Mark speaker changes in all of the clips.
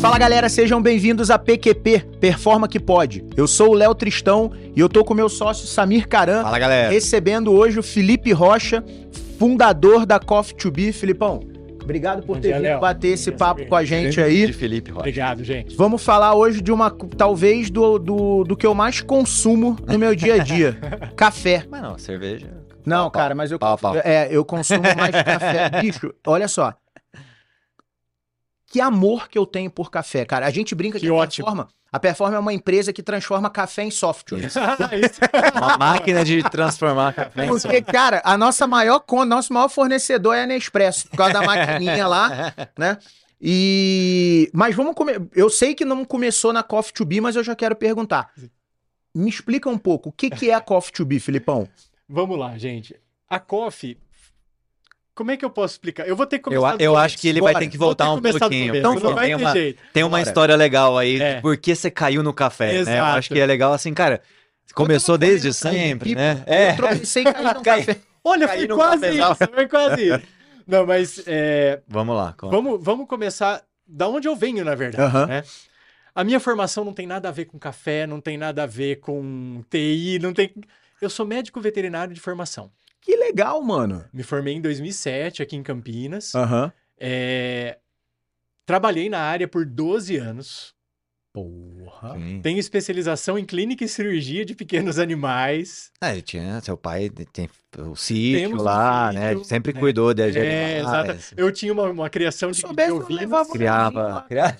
Speaker 1: Fala galera, sejam bem-vindos a PQP, Performa que Pode. Eu sou o Léo Tristão e eu tô com meu sócio Samir Caran,
Speaker 2: Fala, galera.
Speaker 1: recebendo hoje o Felipe Rocha, fundador da Coffee to Be. Filipão, obrigado por
Speaker 3: Bom
Speaker 1: ter
Speaker 3: dia,
Speaker 1: vindo
Speaker 3: Léo.
Speaker 1: bater
Speaker 3: Bom
Speaker 1: esse
Speaker 3: dia,
Speaker 1: papo
Speaker 3: Samir.
Speaker 1: com a gente aí.
Speaker 2: De Felipe Rocha.
Speaker 3: Obrigado, gente.
Speaker 1: Vamos falar hoje de uma, talvez, do, do, do que eu mais consumo no meu dia a dia: café.
Speaker 2: Mas não, cerveja.
Speaker 1: Não,
Speaker 2: Pau, pau.
Speaker 1: cara, mas eu,
Speaker 2: Pau, pau.
Speaker 1: é, eu consumo mais café. Bicho, olha só. Que amor que eu tenho por café, cara. A gente brinca
Speaker 3: Que
Speaker 1: a
Speaker 3: ótimo.
Speaker 1: Performa, a Performa é uma empresa que transforma café em software.
Speaker 3: é Isso. né?
Speaker 2: Uma máquina de transformar café. em
Speaker 1: né? Porque, cara, a nossa maior conta, nosso maior fornecedor é a Nespresso, por causa da maquininha lá, né? E. Mas vamos comer. Eu sei que não começou na Coffee to Be, mas eu já quero perguntar. Me explica um pouco, o que, que é a Coffee to Be, Filipão?
Speaker 3: Vamos lá, gente. A Coffee. Como é que eu posso explicar? Eu vou ter que
Speaker 2: Eu,
Speaker 3: começar. do
Speaker 2: eu
Speaker 3: começo.
Speaker 2: acho que ele
Speaker 1: Bora.
Speaker 2: vai ter que
Speaker 3: Vou ter
Speaker 2: voltar um
Speaker 3: começar do
Speaker 2: pouquinho.
Speaker 3: começo,
Speaker 2: Então,
Speaker 3: não vai
Speaker 2: tem
Speaker 3: ter
Speaker 2: uma,
Speaker 3: jeito.
Speaker 2: tem uma
Speaker 1: Bora.
Speaker 2: história legal aí.
Speaker 3: É.
Speaker 2: Por que você caiu no café, né? Eu
Speaker 3: Exato.
Speaker 2: acho que é legal assim, cara. Começou
Speaker 1: Eu tava
Speaker 2: desde
Speaker 1: comendo café
Speaker 2: sempre,
Speaker 1: de
Speaker 2: né?
Speaker 1: pipa, Eu
Speaker 2: É.
Speaker 1: tropecei e caí no
Speaker 2: Cai-
Speaker 1: café.
Speaker 3: Olha,
Speaker 2: Caí
Speaker 3: foi
Speaker 2: no
Speaker 3: quase
Speaker 2: cafezal.
Speaker 3: isso. Foi quase isso. Não, mas é,
Speaker 2: Vamos lá. conta.
Speaker 3: vamos, vamos começar da onde eu venho, na verdade.
Speaker 1: Aham.
Speaker 3: né? A minha formação não tem nada a ver com café, não tem nada a ver com TI, não tem. Eu sou médico veterinário de formação.
Speaker 1: Que legal, mano.
Speaker 3: Me formei em 2007 aqui em Campinas.
Speaker 2: Ah.
Speaker 1: Aham.
Speaker 3: É, Trabalhei na área por 12 anos.
Speaker 1: Porra.
Speaker 2: Sim.
Speaker 3: Tenho especialização em clínica e cirurgia de pequenos animais.
Speaker 2: Ah, ele tinha, seu pai tem o sítio
Speaker 3: Temos um
Speaker 2: lá,
Speaker 3: sítio,
Speaker 2: né? Ele Sempre
Speaker 3: né?
Speaker 2: cuidou de
Speaker 3: É, exata-
Speaker 2: animais.
Speaker 3: Eu tinha uma, uma criação
Speaker 1: Se
Speaker 3: de, de
Speaker 1: soubesse, eu
Speaker 3: ovinos.
Speaker 1: levava- um.
Speaker 2: Criava. criava-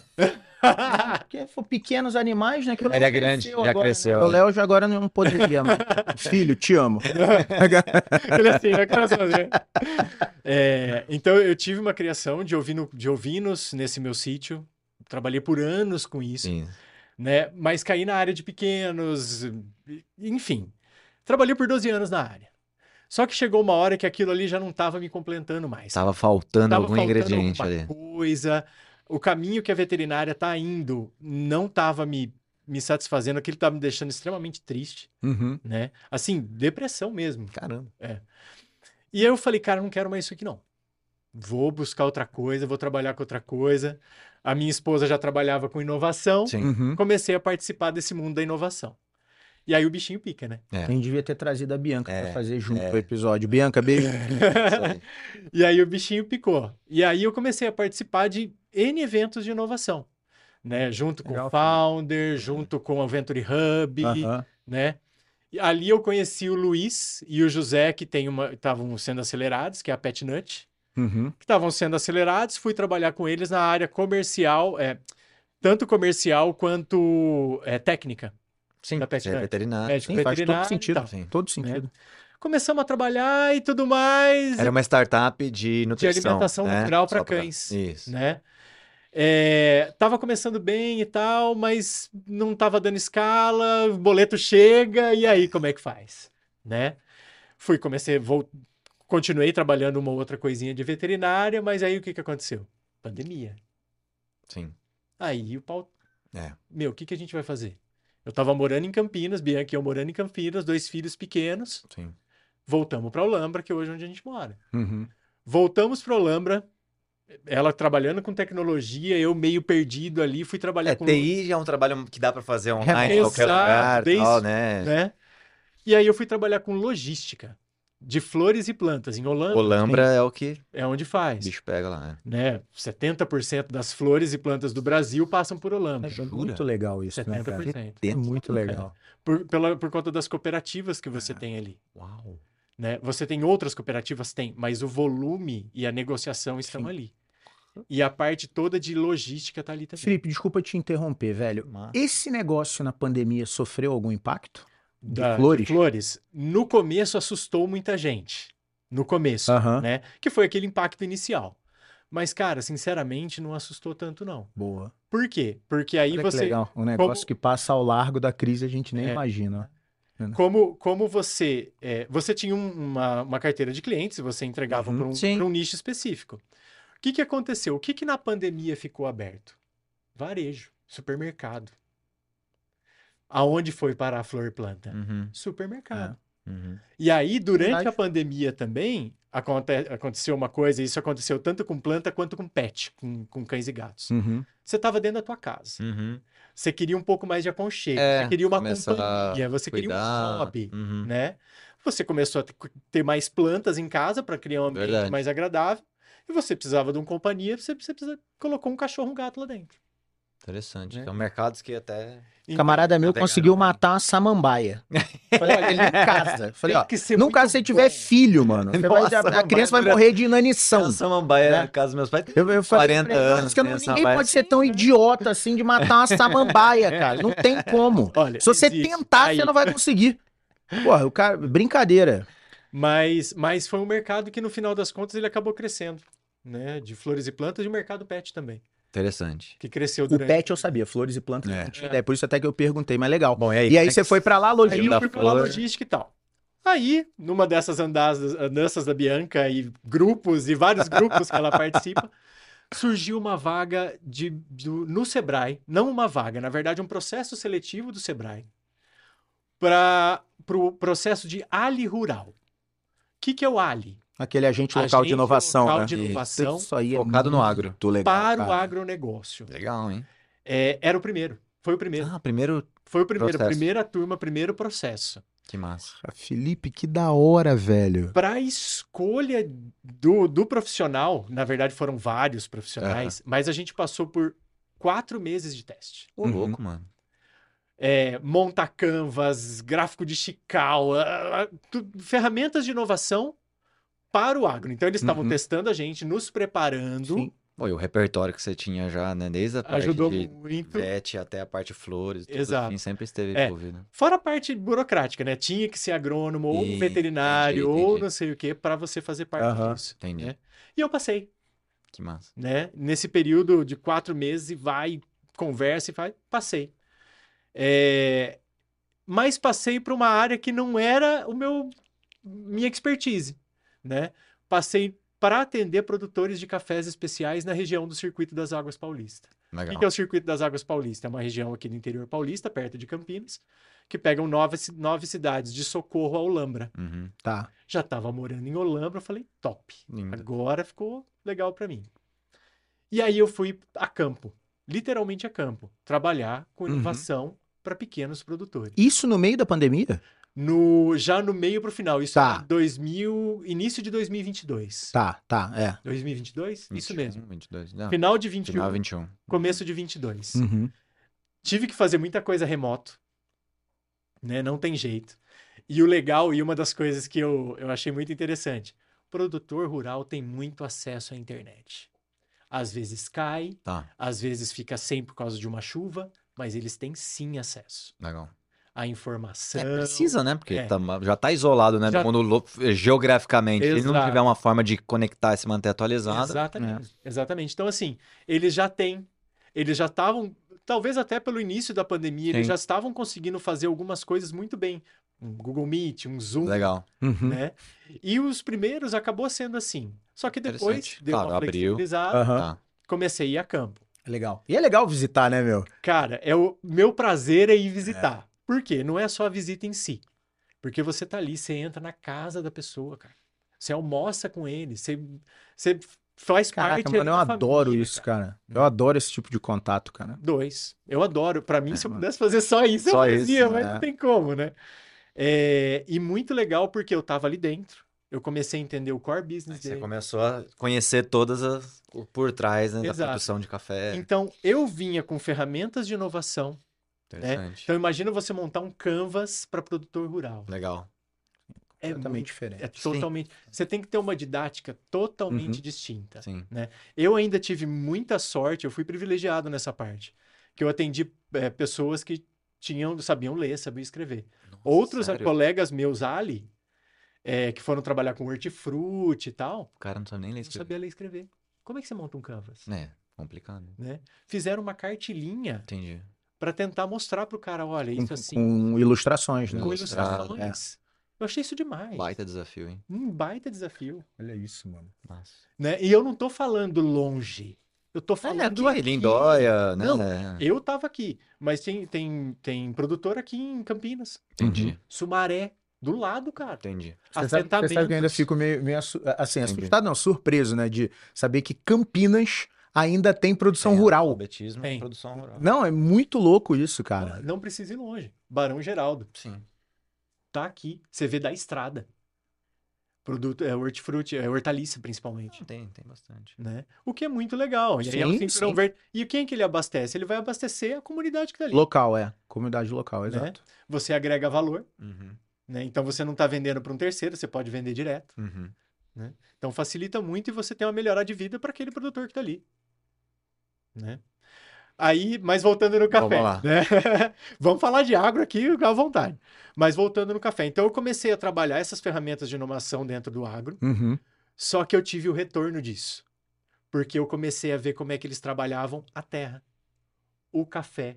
Speaker 1: Porque foi pequenos animais, né? Que o Léo
Speaker 2: Ele é grande, já
Speaker 1: agora, né?
Speaker 2: cresceu,
Speaker 1: O
Speaker 2: né?
Speaker 1: Léo já agora não poderia, mano. Filho, te amo.
Speaker 3: Ele assim, né? Cara, só, né? É, então, eu tive uma criação de, ovino, de ovinos nesse meu sítio. Trabalhei por anos com isso,
Speaker 2: Sim.
Speaker 3: né? Mas caí na área de pequenos, enfim. Trabalhei por 12 anos na área. Só que chegou uma hora que aquilo ali já não estava me completando mais.
Speaker 2: Tava faltando
Speaker 3: Tava
Speaker 2: algum
Speaker 3: faltando
Speaker 2: ingrediente
Speaker 3: alguma
Speaker 2: ali.
Speaker 3: coisa. O caminho que a veterinária tá indo não tava me, me satisfazendo, aquilo tava me deixando extremamente triste,
Speaker 2: Uhum.
Speaker 3: né? Assim, depressão mesmo.
Speaker 2: Caramba.
Speaker 3: E aí eu falei, cara, eu não quero mais isso aqui não. Vou buscar outra coisa, vou trabalhar com outra coisa. A minha esposa já trabalhava com inovação,
Speaker 2: Sim.
Speaker 1: Uhum.
Speaker 3: comecei a participar desse mundo da inovação. E aí o bichinho pica, né?
Speaker 1: Quem devia ter trazido a Bianca pra
Speaker 2: É,
Speaker 1: fazer junto
Speaker 2: é.
Speaker 1: o episódio. Bianca, beijo.
Speaker 2: Isso aí.
Speaker 3: E aí o bichinho picou. E aí eu comecei a participar de N eventos de inovação, né? Junto com
Speaker 1: Legal,
Speaker 3: o Founder, junto com o Venture Hub,
Speaker 1: Aham.
Speaker 3: né? E ali eu conheci o Luiz e o José, que tem uma estavam sendo acelerados, que é a Pet Nut,
Speaker 1: Uhum.
Speaker 3: que estavam sendo acelerados. Fui trabalhar com eles na área comercial, é, tanto comercial quanto é, técnica,
Speaker 2: Sim,
Speaker 3: Da Pet
Speaker 2: você é
Speaker 3: Nut.
Speaker 2: veterinário.
Speaker 3: médico
Speaker 1: Sim, faz todo
Speaker 3: veterinário então. e
Speaker 1: sentido.
Speaker 3: tal.
Speaker 2: Sim.
Speaker 1: Todo sentido.
Speaker 3: Começamos a trabalhar e tudo mais.
Speaker 2: Era uma startup de nutrição.
Speaker 3: é alimentação
Speaker 2: né?
Speaker 3: natural pra
Speaker 2: Só
Speaker 3: cães.
Speaker 2: Isso.
Speaker 3: né? É, tava começando bem e tal, mas não tava dando escala, o boleto chega, e aí como é que faz, né? Fui, comecei, vou, continuei trabalhando uma outra coisinha de veterinária, mas aí o que que aconteceu? Pandemia.
Speaker 2: Sim.
Speaker 3: Aí o pau,
Speaker 2: É.
Speaker 3: meu, o que que a gente vai fazer? Eu tava morando em Campinas, Bianca e eu morando em Campinas, dois filhos pequenos,
Speaker 2: Sim.
Speaker 3: voltamos pra Olambra, que hoje é onde a gente mora.
Speaker 1: Uhum.
Speaker 3: Voltamos para Olambra, ela trabalhando com tecnologia, eu meio perdido ali, fui trabalhar
Speaker 2: É,
Speaker 3: com
Speaker 2: TI já é um trabalho que dá pra fazer online em
Speaker 3: Exato,
Speaker 2: qualquer lugar,
Speaker 3: É, desde-
Speaker 2: tal, né?
Speaker 3: né? E aí eu fui trabalhar com logística de flores e plantas em Olambra,
Speaker 2: Olambra é o que
Speaker 3: é onde
Speaker 2: o
Speaker 3: faz,
Speaker 2: bicho pega lá, né?
Speaker 3: né? 70% das flores e plantas do Brasil passam por Olambra.
Speaker 1: É
Speaker 2: Jura?
Speaker 1: muito legal isso, né, cara?
Speaker 3: 70%.
Speaker 1: É muito legal.
Speaker 3: Por, pela, por conta das cooperativas que
Speaker 1: Ah.
Speaker 3: você tem ali,
Speaker 2: Uau.
Speaker 3: né? Você tem outras cooperativas? Tem, mas o volume e a negociação estão
Speaker 1: Sim.
Speaker 3: ali. E a parte toda de logística tá ali também.
Speaker 1: Felipe, desculpa te interromper,
Speaker 2: Que
Speaker 1: velho.
Speaker 2: massa.
Speaker 1: Esse negócio na pandemia sofreu algum impacto? De
Speaker 3: da- de
Speaker 1: flores?
Speaker 3: flores, no começo assustou muita gente. No começo,
Speaker 1: Aham.
Speaker 3: né? Que foi aquele impacto inicial. Mas, cara, sinceramente, não assustou tanto, não.
Speaker 1: Boa.
Speaker 3: Por quê? Porque aí
Speaker 1: Olha que
Speaker 3: você.
Speaker 1: legal. Um negócio que passa ao largo da crise a gente nem
Speaker 3: É.
Speaker 1: imagina. né?
Speaker 3: Como, como você. é, você tinha um- uma, uma carteira de clientes, você entregava
Speaker 2: Uhum,
Speaker 3: para um,
Speaker 2: sim.
Speaker 3: pra um nicho específico. O que, que aconteceu? O que, que na pandemia ficou aberto? Varejo, supermercado. Aonde foi
Speaker 1: Hum.
Speaker 3: parar a flor e planta?
Speaker 2: Uhum,
Speaker 3: Supermercado.
Speaker 2: uhum.
Speaker 3: E aí, durante
Speaker 1: Verdade.
Speaker 3: a pandemia também, aconte- aconteceu uma coisa, e isso aconteceu tanto com planta quanto com pet, com, com cães e
Speaker 1: Hum.
Speaker 3: gatos.
Speaker 2: Uhum.
Speaker 3: Você estava dentro da tua casa,
Speaker 2: Uhum.
Speaker 3: você queria um pouco mais de aconchego,
Speaker 2: É,
Speaker 3: você queria uma
Speaker 2: começa a
Speaker 3: companhia, você queria um
Speaker 2: Cuidar.
Speaker 3: hobby,
Speaker 1: Hum.
Speaker 2: Uhum.
Speaker 3: né? Você começou a te- ter mais plantas em casa para criar um ambiente
Speaker 2: Verdade.
Speaker 3: mais agradável, e você precisava de uma companhia, você, você precisa- colocou um cachorro, um gato lá dentro.
Speaker 2: Interessante.
Speaker 3: Né?
Speaker 2: São mercados que até.
Speaker 3: Então,
Speaker 1: Camarada meu
Speaker 2: Tá pegando,
Speaker 1: conseguiu
Speaker 2: né?
Speaker 1: matar uma samambaia. Falei, olha, ele não casa. Falei,
Speaker 3: tem
Speaker 1: ó,
Speaker 3: que ser
Speaker 1: não
Speaker 3: muito
Speaker 1: casa se você tiver
Speaker 3: bom.
Speaker 1: filho, mano. Você vai-
Speaker 2: Nossa,
Speaker 1: a, a criança vai
Speaker 2: Samambaia.
Speaker 1: morrer de inanição.
Speaker 2: São Samambaia,
Speaker 1: Né?
Speaker 2: na casa dos meus pais. tem
Speaker 1: Eu, eu falei,
Speaker 2: 40
Speaker 1: falei,
Speaker 2: anos,
Speaker 1: "Nossa, que eu não-
Speaker 2: né,
Speaker 1: ninguém
Speaker 2: samambaia."
Speaker 1: pode ser tão idiota assim de matar uma samambaia, cara. Não tem como.
Speaker 3: Olha,
Speaker 1: Se você
Speaker 3: existe.
Speaker 1: tentar,
Speaker 3: Aí,
Speaker 1: você não vai conseguir. Porra, o cara. Brincadeira.
Speaker 3: Mas, mas foi um mercado que, no final das contas, ele acabou crescendo, né? De flores e plantas e o mercado pet também,
Speaker 2: Interessante.
Speaker 3: que cresceu
Speaker 1: O
Speaker 3: durante...
Speaker 1: pet eu sabia, flores e plantas.
Speaker 2: É.
Speaker 1: não tinha ideia, por isso até que eu perguntei, mas legal.
Speaker 2: Bom, e aí?
Speaker 1: E aí
Speaker 2: Como é
Speaker 1: você
Speaker 2: que-
Speaker 1: foi pra lá,
Speaker 3: Aí
Speaker 1: lojinha.
Speaker 3: eu
Speaker 2: da
Speaker 3: fui pela
Speaker 2: flor.
Speaker 3: logística e tal. Aí, numa dessas andas- andanças da Bianca e grupos, e vários grupos que ela participa, surgiu uma vaga de, do- no Sebrae, não uma vaga, na verdade um processo seletivo do Sebrae, para o pro processo de Ali Rural. O que, que é o Ali?
Speaker 1: Aquele agente local
Speaker 3: Agente
Speaker 1: de inovação.
Speaker 3: local
Speaker 1: né?
Speaker 3: de
Speaker 1: Isso,
Speaker 3: inovação
Speaker 1: Isso aí é
Speaker 2: Focado no agro.
Speaker 1: Muito legal.
Speaker 3: Para o
Speaker 1: cara.
Speaker 3: agronegócio.
Speaker 2: Legal, hein?
Speaker 3: É, era o primeiro, foi o primeiro.
Speaker 2: Ah, primeiro.
Speaker 3: Foi o primeiro,
Speaker 2: Processo.
Speaker 3: primeira turma, primeiro processo.
Speaker 2: Que massa.
Speaker 1: Felipe, que da hora, velho.
Speaker 3: Para escolha do, do profissional, na verdade foram vários profissionais, mas a gente passou por quatro meses de teste.
Speaker 2: Ô,
Speaker 1: Uhum.
Speaker 2: louco, mano.
Speaker 3: É, monta canvas, gráfico de Chical, ah, ah, tu- ferramentas de inovação para o agro. Então eles estavam
Speaker 2: Uhum.
Speaker 3: testando a gente, nos preparando,
Speaker 1: Sim.
Speaker 2: Pô, e o repertório que você tinha já, né? Desde a parte
Speaker 3: ajudou
Speaker 2: de
Speaker 3: muito.
Speaker 2: vete até a parte flores. tudo
Speaker 3: Exato.
Speaker 2: assim, sempre esteve
Speaker 3: É.
Speaker 2: envolvido.
Speaker 3: Fora a parte burocrática, né? Tinha que ser agrônomo, ou
Speaker 2: Ih,
Speaker 3: veterinário,
Speaker 2: entendi,
Speaker 3: ou
Speaker 2: entendi.
Speaker 3: não sei o que, para você fazer parte
Speaker 1: Aham.
Speaker 3: disso.
Speaker 2: Entendi.
Speaker 3: né? E eu passei.
Speaker 2: Que massa.
Speaker 3: né? Nesse período de quatro meses, e vai, conversa e vai, passei. É, Mas passei para uma área que não era o meu minha expertise, né? Passei para atender produtores de cafés especiais na região do Circuito das Águas Paulista. O
Speaker 2: Legal.
Speaker 3: que que é o Circuito das Águas Paulista? É uma região aqui do interior paulista, perto de Campinas, que pegam nove, ci- nove cidades, de Socorro a Olambra.
Speaker 2: Uhum.
Speaker 1: Tá.
Speaker 3: Já estava morando em Olambra, eu falei, top.
Speaker 2: Lindo.
Speaker 3: Agora ficou legal pra mim. E aí eu fui a campo, literalmente a campo, trabalhar com
Speaker 2: Uhum.
Speaker 3: inovação pra para pequenos produtores.
Speaker 1: Isso no meio da pandemia?
Speaker 3: No já no meio pro final, isso
Speaker 1: Tá.
Speaker 3: era 2000, início de 2022.
Speaker 1: Tá, tá, é.
Speaker 3: 2022? Isso
Speaker 2: 21,
Speaker 3: mesmo.
Speaker 2: 22. Não,
Speaker 3: Final de 21,
Speaker 2: final 21.
Speaker 3: começo de 22.
Speaker 1: Uhum.
Speaker 3: Tive que fazer muita coisa remoto, né? Não tem jeito. E o legal e uma das coisas que eu, eu achei muito interessante, produtor rural tem muito acesso à internet. Às vezes cai,
Speaker 2: Tá,
Speaker 3: Às vezes fica sem por causa de uma chuva, mas eles têm sim acesso
Speaker 2: legal.
Speaker 3: à informação.
Speaker 2: É, precisa, né? Porque
Speaker 3: É.
Speaker 2: tá- já tá isolado, né?
Speaker 3: Já-
Speaker 2: Do mundo lo- geograficamente. Se ele não
Speaker 3: Exato.
Speaker 2: tiver uma forma de conectar e se manter atualizado.
Speaker 3: Exatamente.
Speaker 2: É.
Speaker 3: Exatamente. Então, assim, eles já têm, eles já estavam, talvez até pelo início da pandemia, eles
Speaker 2: Sim.
Speaker 3: já estavam conseguindo fazer algumas coisas muito bem. Um Google Meet, um Zoom,
Speaker 2: Legal.
Speaker 1: Uhum.
Speaker 3: né? E os primeiros acabou sendo assim. Só que depois
Speaker 2: Interessante.
Speaker 3: deu
Speaker 2: Claro,
Speaker 3: uma
Speaker 2: abriu.
Speaker 3: flexibilizada,
Speaker 1: Aham.
Speaker 2: Tá.
Speaker 3: comecei a ir a campo.
Speaker 1: Legal. E é legal visitar, né, meu?
Speaker 3: Cara, é o meu prazer é ir visitar. Por quê? Não é só a visita em si. Porque você tá ali, você entra na casa da pessoa, cara. Você almoça com ele, você, você faz
Speaker 1: Caraca,
Speaker 3: parte
Speaker 1: mano, eu
Speaker 3: ali da
Speaker 1: adoro
Speaker 3: família, é
Speaker 1: isso, cara. Eu adoro esse tipo de contato, cara.
Speaker 3: Dois. Eu adoro. Pra mim, se eu
Speaker 1: É, mano.
Speaker 3: pudesse fazer só isso,
Speaker 2: Só
Speaker 3: eu
Speaker 2: isso,
Speaker 3: fazia, mas
Speaker 1: né?
Speaker 3: não tem como, né? É, e muito legal porque eu tava ali dentro. Eu comecei a entender o core business
Speaker 2: Aí você
Speaker 3: dele.
Speaker 2: começou a conhecer todas as o por trás né, da
Speaker 3: Exato.
Speaker 2: produção de café.
Speaker 3: Então, eu vinha com ferramentas de inovação.
Speaker 2: Interessante.
Speaker 3: Então, imagina você montar um canvas para produtor rural.
Speaker 2: Legal.
Speaker 3: É
Speaker 1: Totalmente
Speaker 3: muito
Speaker 1: diferente.
Speaker 3: É
Speaker 2: Sim.
Speaker 3: totalmente. Você tem que ter uma didática totalmente
Speaker 1: Uhum.
Speaker 3: distinta.
Speaker 2: Sim.
Speaker 3: Eu ainda tive muita sorte, eu fui privilegiado nessa parte, que eu atendi é, pessoas que tinham, sabiam ler, sabiam escrever.
Speaker 2: Nossa,
Speaker 3: Outros
Speaker 2: sério?
Speaker 3: colegas meus ali, é, que foram trabalhar com hortifruti e tal,
Speaker 2: O cara não sabe nem ler
Speaker 3: não
Speaker 2: escrever.
Speaker 3: sabia ler e escrever. Como é que você monta um canvas?
Speaker 2: É, complicado.
Speaker 3: Né? Fizeram uma cartilhinha
Speaker 2: Entendi.
Speaker 3: para tentar mostrar pro cara, olha,
Speaker 1: Com,
Speaker 3: isso assim,
Speaker 1: com ilustrações, né?
Speaker 3: com
Speaker 2: ilustrado,
Speaker 3: ilustrações. Eu achei É isso demais.
Speaker 2: Baita desafio, hein?
Speaker 3: Um baita desafio.
Speaker 1: É. Olha isso, mano.
Speaker 2: Nossa.
Speaker 3: né? E eu não tô falando longe. Eu tô falando
Speaker 2: Olha aqui,
Speaker 3: Ah, aqui.
Speaker 2: Lindóia, né?
Speaker 3: Não,
Speaker 2: É,
Speaker 3: Eu tava aqui, mas tem, tem, tem produtor aqui em Campinas,
Speaker 2: Entendi.
Speaker 3: Sumaré, Do lado, cara.
Speaker 2: Uhum. Entendi.
Speaker 3: Ah,
Speaker 1: Você sabe,
Speaker 3: tá
Speaker 1: você sabe que eu ainda
Speaker 3: Assentamentos.
Speaker 1: fico meio, meio assu- assim,
Speaker 2: Entendi.
Speaker 1: assustado, não, surpreso, né? De saber que Campinas ainda tem produção
Speaker 2: Tem
Speaker 1: rural.
Speaker 2: Alfabetismo
Speaker 3: Tem.
Speaker 2: e produção rural.
Speaker 1: Não, é muito louco isso, cara.
Speaker 3: Não precisa ir longe. Barão Geraldo.
Speaker 2: Sim.
Speaker 3: tá aqui. Você vê da estrada. Produto, é hortifruti, é hortaliça principalmente,
Speaker 2: Tem, tem bastante.
Speaker 3: né? O que é muito legal. E aí
Speaker 1: Sim,
Speaker 3: é um cinturão
Speaker 1: sim.
Speaker 3: verde. E quem que ele abastece? Ele vai abastecer a comunidade que tá ali.
Speaker 1: Local, é. Comunidade local, exato.
Speaker 3: Você agrega valor,
Speaker 2: Uhum,
Speaker 3: né? Então você não tá vendendo para um terceiro, você pode vender direto.
Speaker 2: uhum.
Speaker 3: Então facilita muito e você tem uma melhora de vida para aquele produtor que tá ali, né? Aí, mas voltando no café,
Speaker 2: Vamos lá.
Speaker 3: né? Vamos falar de agro aqui à vontade. Mas voltando no café. Então eu comecei a trabalhar essas ferramentas de inovação dentro do agro.
Speaker 1: Uhum.
Speaker 3: Só que eu tive o retorno disso. Porque eu comecei a ver como é que eles trabalhavam a terra, o café,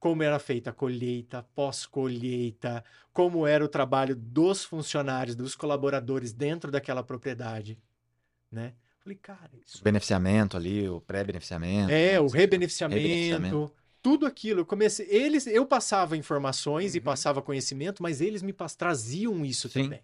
Speaker 3: como era feita a colheita, pós-colheita, como era o trabalho dos funcionários, dos colaboradores dentro daquela propriedade, né? Falei, cara, isso
Speaker 2: Beneficiamento ali, o pré-beneficiamento.
Speaker 3: é, o
Speaker 2: Sim.
Speaker 3: rebeneficiamento,
Speaker 2: Rebeneficiamento.
Speaker 3: tudo aquilo. Eu comecei, eles, eu passava informações e
Speaker 2: Uhum.
Speaker 3: passava conhecimento, mas eles me pas- traziam isso
Speaker 2: Sim.
Speaker 3: também.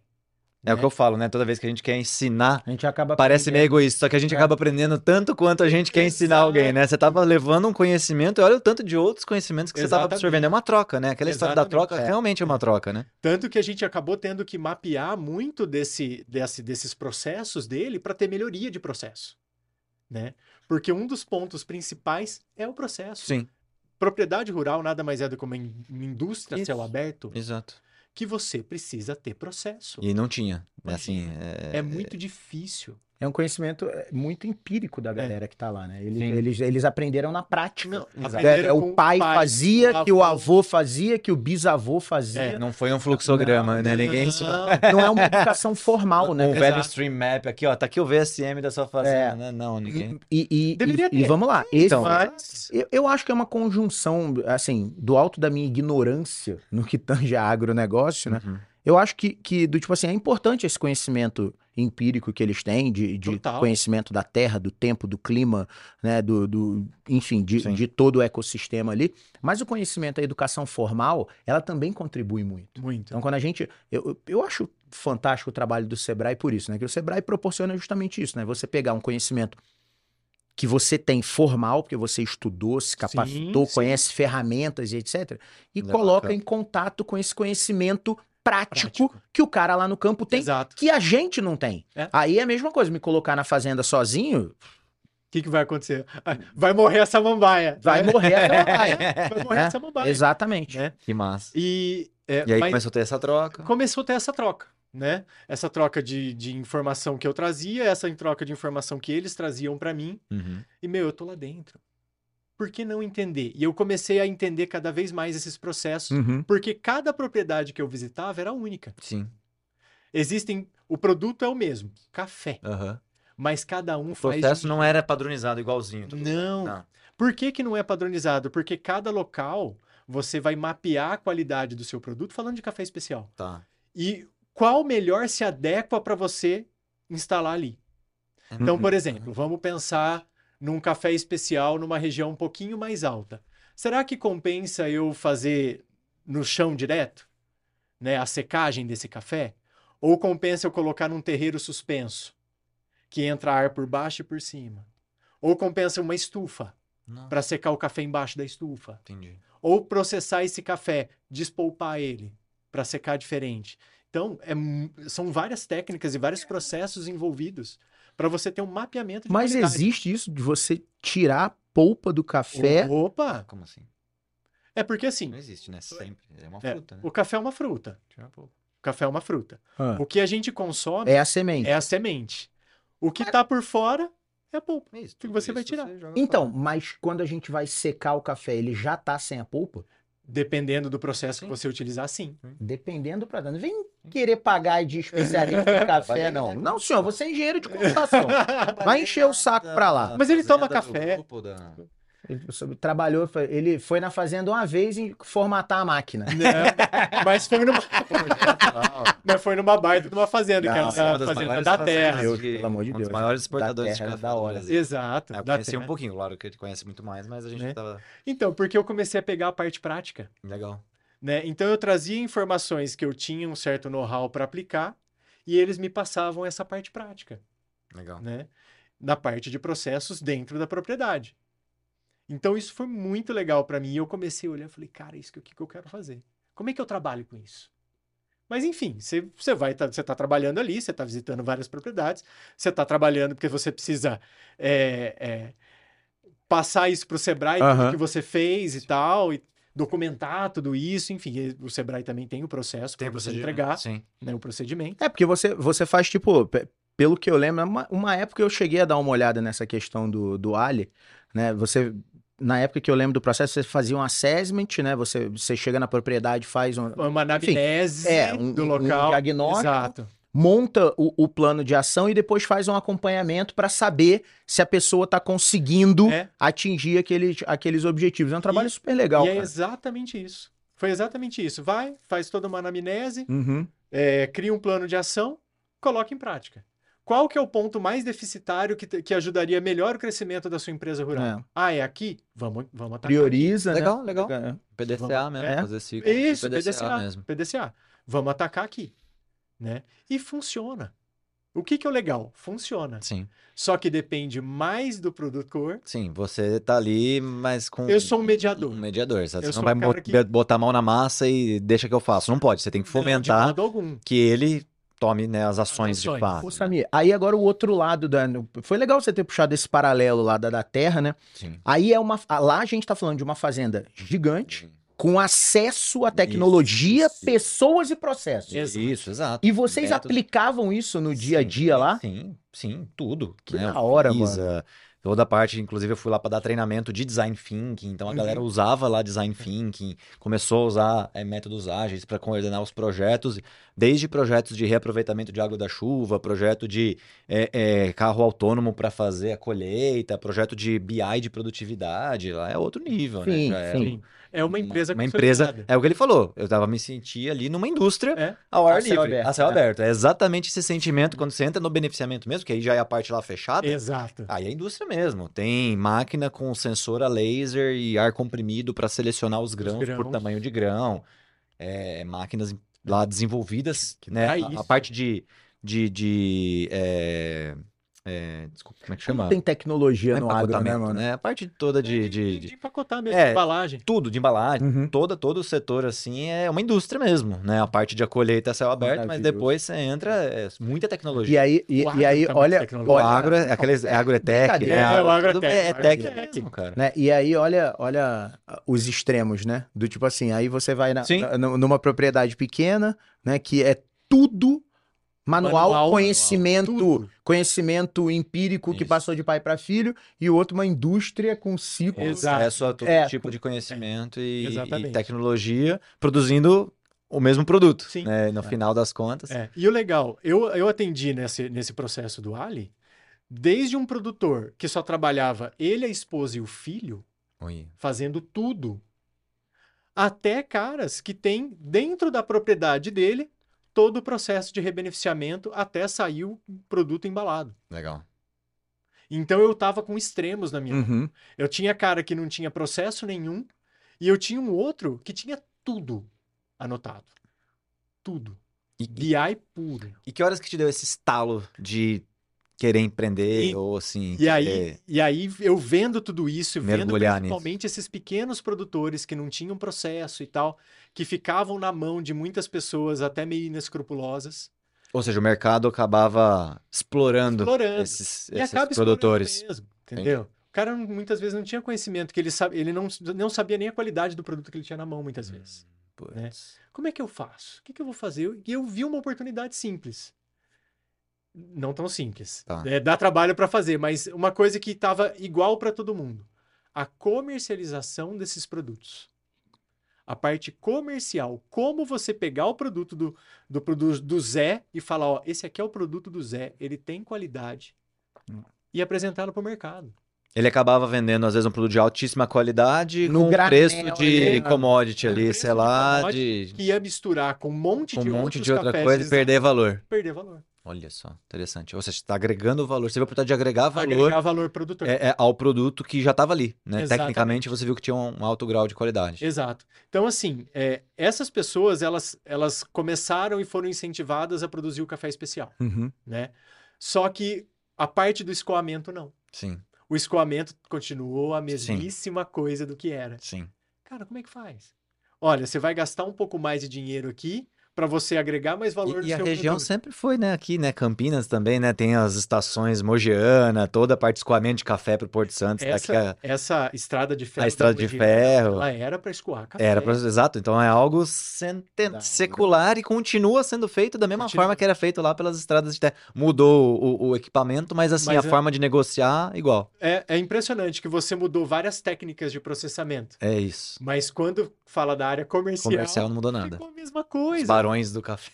Speaker 2: É o que
Speaker 3: né?
Speaker 2: eu falo, né? Toda vez que a gente quer ensinar,
Speaker 1: A gente acaba.
Speaker 2: parece meio
Speaker 1: aprendendo.
Speaker 2: egoísta, só que a gente
Speaker 1: É.
Speaker 2: acaba aprendendo tanto quanto a gente quer ensinar
Speaker 3: Exato.
Speaker 2: alguém, né? Você tava levando um conhecimento e olha o tanto de outros conhecimentos que você tava
Speaker 3: Exatamente.
Speaker 2: absorvendo. É uma troca, né? Aquela história da
Speaker 3: Exatamente.
Speaker 2: troca
Speaker 3: É.
Speaker 2: realmente é uma troca, né?
Speaker 3: Tanto que a gente acabou tendo que mapear muito desse, desse- desses processos dele para ter melhoria de processo, né? Porque um dos pontos principais é o processo.
Speaker 2: Sim,
Speaker 3: Propriedade rural nada mais é do que uma in- uma indústria a
Speaker 2: Isso.
Speaker 3: céu aberto
Speaker 2: exato.
Speaker 3: que você precisa ter processo.
Speaker 2: E não tinha.
Speaker 3: Não
Speaker 2: né? assim,
Speaker 3: É, muito difícil.
Speaker 1: É um conhecimento é, muito empírico da galera que tá lá, né? Eles,
Speaker 2: Sim.
Speaker 1: eles, eles aprenderam na prática.
Speaker 3: Não,
Speaker 2: Exato.
Speaker 1: É,
Speaker 3: aprenderam
Speaker 1: é,
Speaker 3: com
Speaker 1: o pai fazia, que o avô fazia, que o bisavô
Speaker 2: é,
Speaker 1: fazia.
Speaker 2: não foi um fluxograma, né? Ninguém.
Speaker 3: Não,
Speaker 1: Não é uma educação formal, né?
Speaker 2: Um velho
Speaker 3: Exato.
Speaker 2: stream map aqui, ó. Tá aqui o VSM da sua fazenda,
Speaker 1: É.
Speaker 2: né? Não, ninguém.
Speaker 1: E, e-
Speaker 3: Deveria
Speaker 1: e-
Speaker 3: ter.
Speaker 1: e vamos lá. Esse,
Speaker 2: Então.
Speaker 3: mas
Speaker 1: eu, eu acho que é uma conjunção, assim, do alto da minha ignorância no que tange a agronegócio, né?
Speaker 2: Uhum.
Speaker 1: Eu acho que, que do tipo assim, é importante esse conhecimento empírico que eles têm, de, de
Speaker 3: Total.
Speaker 1: conhecimento da terra, do tempo, do clima, né? Do, do- enfim, de,
Speaker 2: Sim.
Speaker 1: de todo o ecossistema ali. Mas o conhecimento, a educação formal, ela também contribui muito.
Speaker 3: muito.
Speaker 1: Então, quando a gente. Eu, eu- eu acho fantástico o trabalho do Sebrae por isso, né? Que o Sebrae proporciona justamente isso, né? Você pegar um conhecimento que você tem formal, porque você estudou, se capacitou,
Speaker 3: sim.
Speaker 1: conhece ferramentas e etc., e
Speaker 2: Levar
Speaker 1: coloca
Speaker 2: pra-
Speaker 1: em contato com esse conhecimento prático,
Speaker 3: Prático.
Speaker 1: que o cara lá no campo tem,
Speaker 3: Exato.
Speaker 1: que a gente não tem.
Speaker 3: É.
Speaker 1: Aí é a mesma coisa, me colocar na fazenda sozinho,
Speaker 3: O que, que vai acontecer? Ah, Vai morrer a samambaia. É.
Speaker 1: vai morrer a samambaia.
Speaker 3: Vai morrer
Speaker 1: É,
Speaker 3: a samambaia.
Speaker 1: Exatamente.
Speaker 3: Né?
Speaker 2: Que massa.
Speaker 3: E, é,
Speaker 2: E aí
Speaker 3: mas
Speaker 2: começou a ter essa troca.
Speaker 3: começou a ter essa troca, né? Essa troca de, de informação que eu trazia, essa troca de informação que eles traziam pra mim.
Speaker 2: Uhum.
Speaker 3: E, meu, eu tô lá dentro. Por que não entender? E eu comecei a entender cada vez mais esses
Speaker 2: Hum.
Speaker 3: processos,
Speaker 1: Uhum.
Speaker 3: porque cada propriedade que eu visitava era única.
Speaker 2: Sim.
Speaker 3: Existem. O produto é o mesmo, café.
Speaker 2: Aham.
Speaker 3: Mas cada um
Speaker 2: O
Speaker 3: faz. de
Speaker 2: processo é
Speaker 3: um
Speaker 2: não era padronizado igualzinho. tá? tudo.
Speaker 3: Não.
Speaker 2: Não.
Speaker 3: Por que, que não é padronizado? Porque cada local você vai mapear a qualidade do seu produto, falando de café especial.
Speaker 2: Tá.
Speaker 3: E qual melhor se adequa para você instalar ali?
Speaker 2: É Uhum.
Speaker 3: Então, por exemplo, vamos pensar num café especial numa região um pouquinho mais alta. Será que compensa eu fazer no chão direto, né, a secagem desse café? Ou compensa eu colocar num terreiro suspenso, que entra ar por baixo e por cima? Ou compensa uma estufa
Speaker 2: Não,
Speaker 3: para secar o café embaixo da estufa?
Speaker 2: entendi.
Speaker 3: ou processar esse café, despolpar ele para secar diferente. Então, é mu- são várias técnicas e vários processos envolvidos para você ter um mapeamento de
Speaker 1: Mas
Speaker 3: qualidade.
Speaker 1: existe isso de você tirar a polpa do café.
Speaker 3: O-
Speaker 2: Ah,
Speaker 3: Opa!
Speaker 2: como assim?
Speaker 3: É porque assim,
Speaker 2: Não existe, né? Sempre. É uma
Speaker 3: é,
Speaker 2: fruta, né?
Speaker 3: o café é uma fruta.
Speaker 2: Tira um pouco.
Speaker 3: O café é uma fruta.
Speaker 1: Ah.
Speaker 3: O que a gente consome
Speaker 1: É a semente.
Speaker 3: é a semente. O que tá por fora é a polpa.
Speaker 2: É Isso.
Speaker 3: que
Speaker 2: tudo
Speaker 3: você vai
Speaker 2: isso
Speaker 3: tirar.
Speaker 2: joga
Speaker 1: Então,
Speaker 2: fora.
Speaker 1: mas quando a gente vai secar o café, ele já tá sem a polpa?
Speaker 3: Dependendo do processo
Speaker 2: Sim.
Speaker 3: que você utilizar, sim.
Speaker 1: Dependendo para dano. Vem querer pagar de especialista em café, não. Não, senhor, você é engenheiro de computação. Vai encher o saco pra lá.
Speaker 3: Mas ele toma
Speaker 2: Fazenda do
Speaker 3: café.
Speaker 2: grupo da-
Speaker 1: Ele soube- trabalhou, foi- ele foi na fazenda uma vez em formatar a máquina.
Speaker 3: Não, né, mas foi numa, mas foi numa baita de uma fazenda, que
Speaker 1: Não,
Speaker 3: era
Speaker 1: é
Speaker 3: da fazenda da terra.
Speaker 1: Meu Deus, pelo amor de
Speaker 2: um
Speaker 1: Deus.
Speaker 2: dos maiores exportadores
Speaker 1: terra,
Speaker 2: de café
Speaker 1: da
Speaker 2: do
Speaker 1: hora.
Speaker 2: Brasil.
Speaker 3: Exato.
Speaker 2: Ah, Eu
Speaker 3: da
Speaker 2: conheci um
Speaker 3: terra.
Speaker 2: pouquinho, claro que ele conhece muito mais, mas a gente
Speaker 3: Né?
Speaker 2: tava
Speaker 3: Então, porque eu comecei a pegar a parte prática,
Speaker 2: legal.
Speaker 3: né? Então eu trazia informações que eu tinha um certo know-how para aplicar e eles me passavam essa parte prática,
Speaker 2: Legal.
Speaker 3: né? Na parte de processos dentro da propriedade. Então isso foi muito legal para mim. E eu comecei a olhar, falei, cara, isso que, que eu quero fazer? Como é que eu trabalho com isso? Mas enfim, você você vai, tá- você tá trabalhando ali, você tá visitando várias propriedades, você tá trabalhando porque você precisa é, é, passar isso pro Sebrae, tudo
Speaker 1: Aham.
Speaker 3: que você fez e tal, e documentar tudo isso, enfim, e o Sebrae também tem o processo para você
Speaker 2: procedimento.
Speaker 3: entregar,
Speaker 2: Sim.
Speaker 3: né, o procedimento.
Speaker 1: É, porque você, você faz, tipo, pe- pelo que eu lembro, é uma, uma época eu cheguei a dar uma olhada nessa questão do, do Ali, né? Você, na época que eu lembro do processo, você fazia um assessment, né? Você, você chega na propriedade, faz um,
Speaker 3: É Uma
Speaker 1: Enfim,
Speaker 3: anamnese
Speaker 1: é, um-
Speaker 3: do
Speaker 1: um
Speaker 3: local.
Speaker 1: diagnóstico.
Speaker 3: Exato.
Speaker 1: monta o, o plano de ação e depois faz um acompanhamento para saber se a pessoa está conseguindo
Speaker 3: É.
Speaker 1: atingir aqueles, aqueles objetivos. É um trabalho super legal,
Speaker 3: e é
Speaker 1: cara.
Speaker 3: exatamente isso. Foi exatamente isso. Vai, faz toda uma anamnese,
Speaker 1: Uhum.
Speaker 3: é, cria um plano de ação, coloca em prática. Qual que é o ponto mais deficitário que, te- que ajudaria melhor o crescimento da sua empresa rural?
Speaker 1: É.
Speaker 2: tá?
Speaker 3: Ah, é aqui? Vamos, vamos atacar.
Speaker 1: Prioriza, né?
Speaker 2: Legal, legal.
Speaker 1: É.
Speaker 2: PDCA mesmo,
Speaker 1: É.
Speaker 2: fazer ciclo. tipo de
Speaker 3: Isso,
Speaker 2: PDCA,
Speaker 3: PDCA,
Speaker 2: mesmo.
Speaker 3: PDCA. Vamos atacar aqui, né? E funciona. O que que é o legal? Funciona.
Speaker 2: Sim.
Speaker 3: Só que depende mais do produtor.
Speaker 2: Sim, você tá ali, mas com.
Speaker 3: Eu sou um mediador.
Speaker 2: Um mediador, sabe?
Speaker 3: Eu
Speaker 2: Você
Speaker 3: sou
Speaker 2: não vai
Speaker 3: um cara
Speaker 2: bot-
Speaker 3: que-
Speaker 2: botar a mão na massa e deixa que eu faço. Não pode, você tem que
Speaker 3: Não, de
Speaker 2: fomentar
Speaker 3: modo algum.
Speaker 2: que ele tome né, as ações de
Speaker 3: ações.
Speaker 2: fato.
Speaker 1: Pô, Samir, aí agora o outro lado da. Foi legal você ter puxado esse paralelo lá da, da terra, né?
Speaker 2: Sim.
Speaker 1: Aí é uma. ah, Lá a gente tá falando de uma fazenda gigante,
Speaker 2: Sim.
Speaker 1: com acesso à tecnologia,
Speaker 2: isso, isso.
Speaker 1: pessoas e processos.
Speaker 3: Exato.
Speaker 2: Isso, exato.
Speaker 1: E vocês
Speaker 2: Método.
Speaker 1: aplicavam isso no dia a
Speaker 2: Sim,
Speaker 1: dia lá?
Speaker 2: Sim, sim, tudo.
Speaker 1: Que
Speaker 2: né?
Speaker 1: da hora,
Speaker 2: Visa, Toda a parte, inclusive, eu fui lá para dar treinamento de design thinking. Então a
Speaker 1: Uhum.
Speaker 2: galera usava lá design thinking, começou a usar é, métodos ágeis para coordenar os projetos, desde projetos de reaproveitamento de água da chuva, projeto de é, é, carro autônomo para fazer a colheita, projeto de BI de produtividade. Lá é outro nível,
Speaker 1: Sim,
Speaker 2: né? Já é
Speaker 1: sim.
Speaker 2: um-
Speaker 3: É uma empresa
Speaker 2: uma empresa
Speaker 3: consolidada.
Speaker 2: é o que ele falou eu tava me sentia ali numa indústria
Speaker 3: É.
Speaker 2: ao ar
Speaker 1: A céu
Speaker 2: livre
Speaker 1: aberto,
Speaker 2: a céu
Speaker 1: é.
Speaker 2: aberto é exatamente esse sentimento quando você entra no beneficiamento mesmo que aí já é a parte lá fechada
Speaker 3: Exato.
Speaker 2: Aí é indústria mesmo. Tem máquina com sensor a laser e ar comprimido para selecionar os grãos, por
Speaker 3: grãos.
Speaker 2: tamanho de grão. É, máquinas lá desenvolvidas, né?
Speaker 3: pra
Speaker 2: A- A,
Speaker 3: isso.
Speaker 2: parte de. de, de é, é, desculpa, como é que chama?
Speaker 1: Como tem tecnologia
Speaker 2: Não
Speaker 1: no
Speaker 2: é
Speaker 1: agro, né,
Speaker 2: empacotamento,
Speaker 1: mano?
Speaker 2: né? A parte toda de, de- de-
Speaker 3: de É, empacotar mesmo,
Speaker 2: É.
Speaker 3: embalagem.
Speaker 2: tudo, de embalagem.
Speaker 1: Uhum.
Speaker 2: Toda, todo o setor, assim, é uma indústria mesmo, né? A parte de a colheita é céu aberto, mas
Speaker 1: Maravilhoso.
Speaker 2: depois você entra, é muita tecnologia.
Speaker 1: E aí, e,
Speaker 3: O
Speaker 1: e
Speaker 3: agro
Speaker 1: aí
Speaker 3: tá muito
Speaker 1: olha,
Speaker 3: tecnológico.
Speaker 2: O
Speaker 1: olha,
Speaker 2: agro é aqueles, é agrotec,
Speaker 1: brincadeira.
Speaker 2: né?
Speaker 3: É, o
Speaker 2: Tudo-
Speaker 3: agrotec,
Speaker 2: É, é
Speaker 3: o
Speaker 2: tech
Speaker 3: agrotec.
Speaker 2: mesmo, cara.
Speaker 1: né? E aí olha, olha os extremos, né? Do tipo assim, aí você vai na-
Speaker 2: Sim.
Speaker 1: na- numa propriedade pequena, né, que é tudo manual,
Speaker 3: Manual,
Speaker 1: conhecimento,
Speaker 3: tudo.
Speaker 1: conhecimento empírico que
Speaker 2: Isso.
Speaker 1: passou de pai para filho e o outro uma indústria com ciclos.
Speaker 3: Exato.
Speaker 2: acesso a todo
Speaker 1: É,
Speaker 2: tipo de conhecimento e,
Speaker 3: Exatamente.
Speaker 2: e tecnologia, produzindo o mesmo produto,
Speaker 3: Sim.
Speaker 2: né? No
Speaker 1: É.
Speaker 2: final das contas.
Speaker 3: É, E o legal, eu, eu atendi nesse, nesse processo do Ali, desde um produtor que só trabalhava ele, a esposa e o filho,
Speaker 2: Ui,
Speaker 3: fazendo tudo, até caras que têm dentro da propriedade dele todo o processo de rebeneficiamento até sair o produto embalado.
Speaker 2: legal.
Speaker 3: Então eu tava com extremos na minha. mão.
Speaker 1: Uhum.
Speaker 3: Eu tinha cara que não tinha processo nenhum e eu tinha um outro que tinha tudo anotado. Tudo.
Speaker 2: E, e-
Speaker 3: BI puro.
Speaker 2: e que horas que te deu esse estalo de querer empreender
Speaker 3: E-
Speaker 2: ou assim?
Speaker 3: E aí,
Speaker 2: querer-
Speaker 3: e aí eu vendo tudo isso, vendo
Speaker 2: Mergulhar
Speaker 3: principalmente esses pequenos produtores que não tinham processo e tal, que ficavam na mão de muitas pessoas até meio inescrupulosas,
Speaker 2: Ou seja, o mercado acabava explorando,
Speaker 3: explorando.
Speaker 2: esses,
Speaker 3: e
Speaker 2: esses
Speaker 3: acaba explorando
Speaker 2: produtores.
Speaker 3: mesmo, entendeu? O cara não- muitas vezes não tinha conhecimento, que ele, sabe, ele não, não sabia nem a qualidade do produto que ele tinha na mão,
Speaker 2: Hum.
Speaker 3: muitas vezes.
Speaker 2: Putz.
Speaker 3: né? Como é que eu faço? O que, que eu vou fazer? Eu- E eu vi uma oportunidade simples. Não tão simples.
Speaker 2: Tá.
Speaker 3: É, dá trabalho para fazer, mas uma coisa que estava igual para todo mundo: a comercialização desses produtos. A parte comercial. Como você pegar o produto do, do, produ- do Zé e falar: ó, esse aqui é o produto do Zé, ele tem qualidade.
Speaker 2: Hum.
Speaker 3: E apresentá-lo para o mercado.
Speaker 2: Ele acabava vendendo, às vezes, um produto de altíssima qualidade
Speaker 1: No
Speaker 2: com um
Speaker 1: granel,
Speaker 2: preço
Speaker 1: né?
Speaker 2: de commodity ali,
Speaker 3: é. Preço
Speaker 2: sei
Speaker 3: de
Speaker 2: lá,
Speaker 3: commodity,
Speaker 2: de
Speaker 3: Que ia misturar com um monte
Speaker 2: com um
Speaker 3: de
Speaker 2: monte
Speaker 3: outros
Speaker 2: de outra
Speaker 3: cafés
Speaker 2: coisa e
Speaker 3: design-
Speaker 2: perder valor.
Speaker 3: perder valor.
Speaker 2: Olha só, interessante. Ou seja, você está agregando valor, você vai oportunidade de agregar valor
Speaker 3: Agregar valor produtor.
Speaker 2: é, é, ao produto que já estava ali, né?
Speaker 3: Exatamente.
Speaker 2: Tecnicamente você viu que tinha um, um alto grau de qualidade.
Speaker 3: Exato. Então, assim, é, essas pessoas, elas, elas começaram e foram incentivadas a produzir o café especial,
Speaker 2: Uhum,
Speaker 3: né? Só que a parte do escoamento, não.
Speaker 2: Sim,
Speaker 3: O escoamento continuou a mesmíssima coisa do que era.
Speaker 2: sim.
Speaker 3: Cara, como é que faz? Olha, você vai gastar um pouco mais de dinheiro aqui para você agregar mais valor no
Speaker 2: E, e a
Speaker 3: seu
Speaker 2: região
Speaker 3: produto.
Speaker 2: sempre foi, né? Aqui, né? Campinas também, né? Tem as estações Mogiana, toda a parte de escoamento de café pro Porto Santos. tá aqui
Speaker 3: Essa,
Speaker 2: a-
Speaker 3: essa estrada de
Speaker 2: a,
Speaker 3: ferro. da
Speaker 2: estrada de
Speaker 3: Mogiana,
Speaker 2: ferro.
Speaker 3: Ela era para escoar café.
Speaker 2: Era pra... Exato, então é algo centen-
Speaker 1: Da hora.
Speaker 2: secular e continua sendo feito da mesma
Speaker 3: Continua.
Speaker 2: forma que era feito lá pelas estradas de terra. Mudou o, o equipamento, mas assim,
Speaker 3: Mas
Speaker 2: a
Speaker 3: é-
Speaker 2: forma de negociar, igual.
Speaker 3: É, é impressionante que você mudou várias técnicas de processamento,
Speaker 2: É isso.
Speaker 3: mas quando fala da área comercial,
Speaker 2: Comercial não mudou nada.
Speaker 3: ficou a mesma
Speaker 2: Os
Speaker 3: coisa.
Speaker 2: barões do café.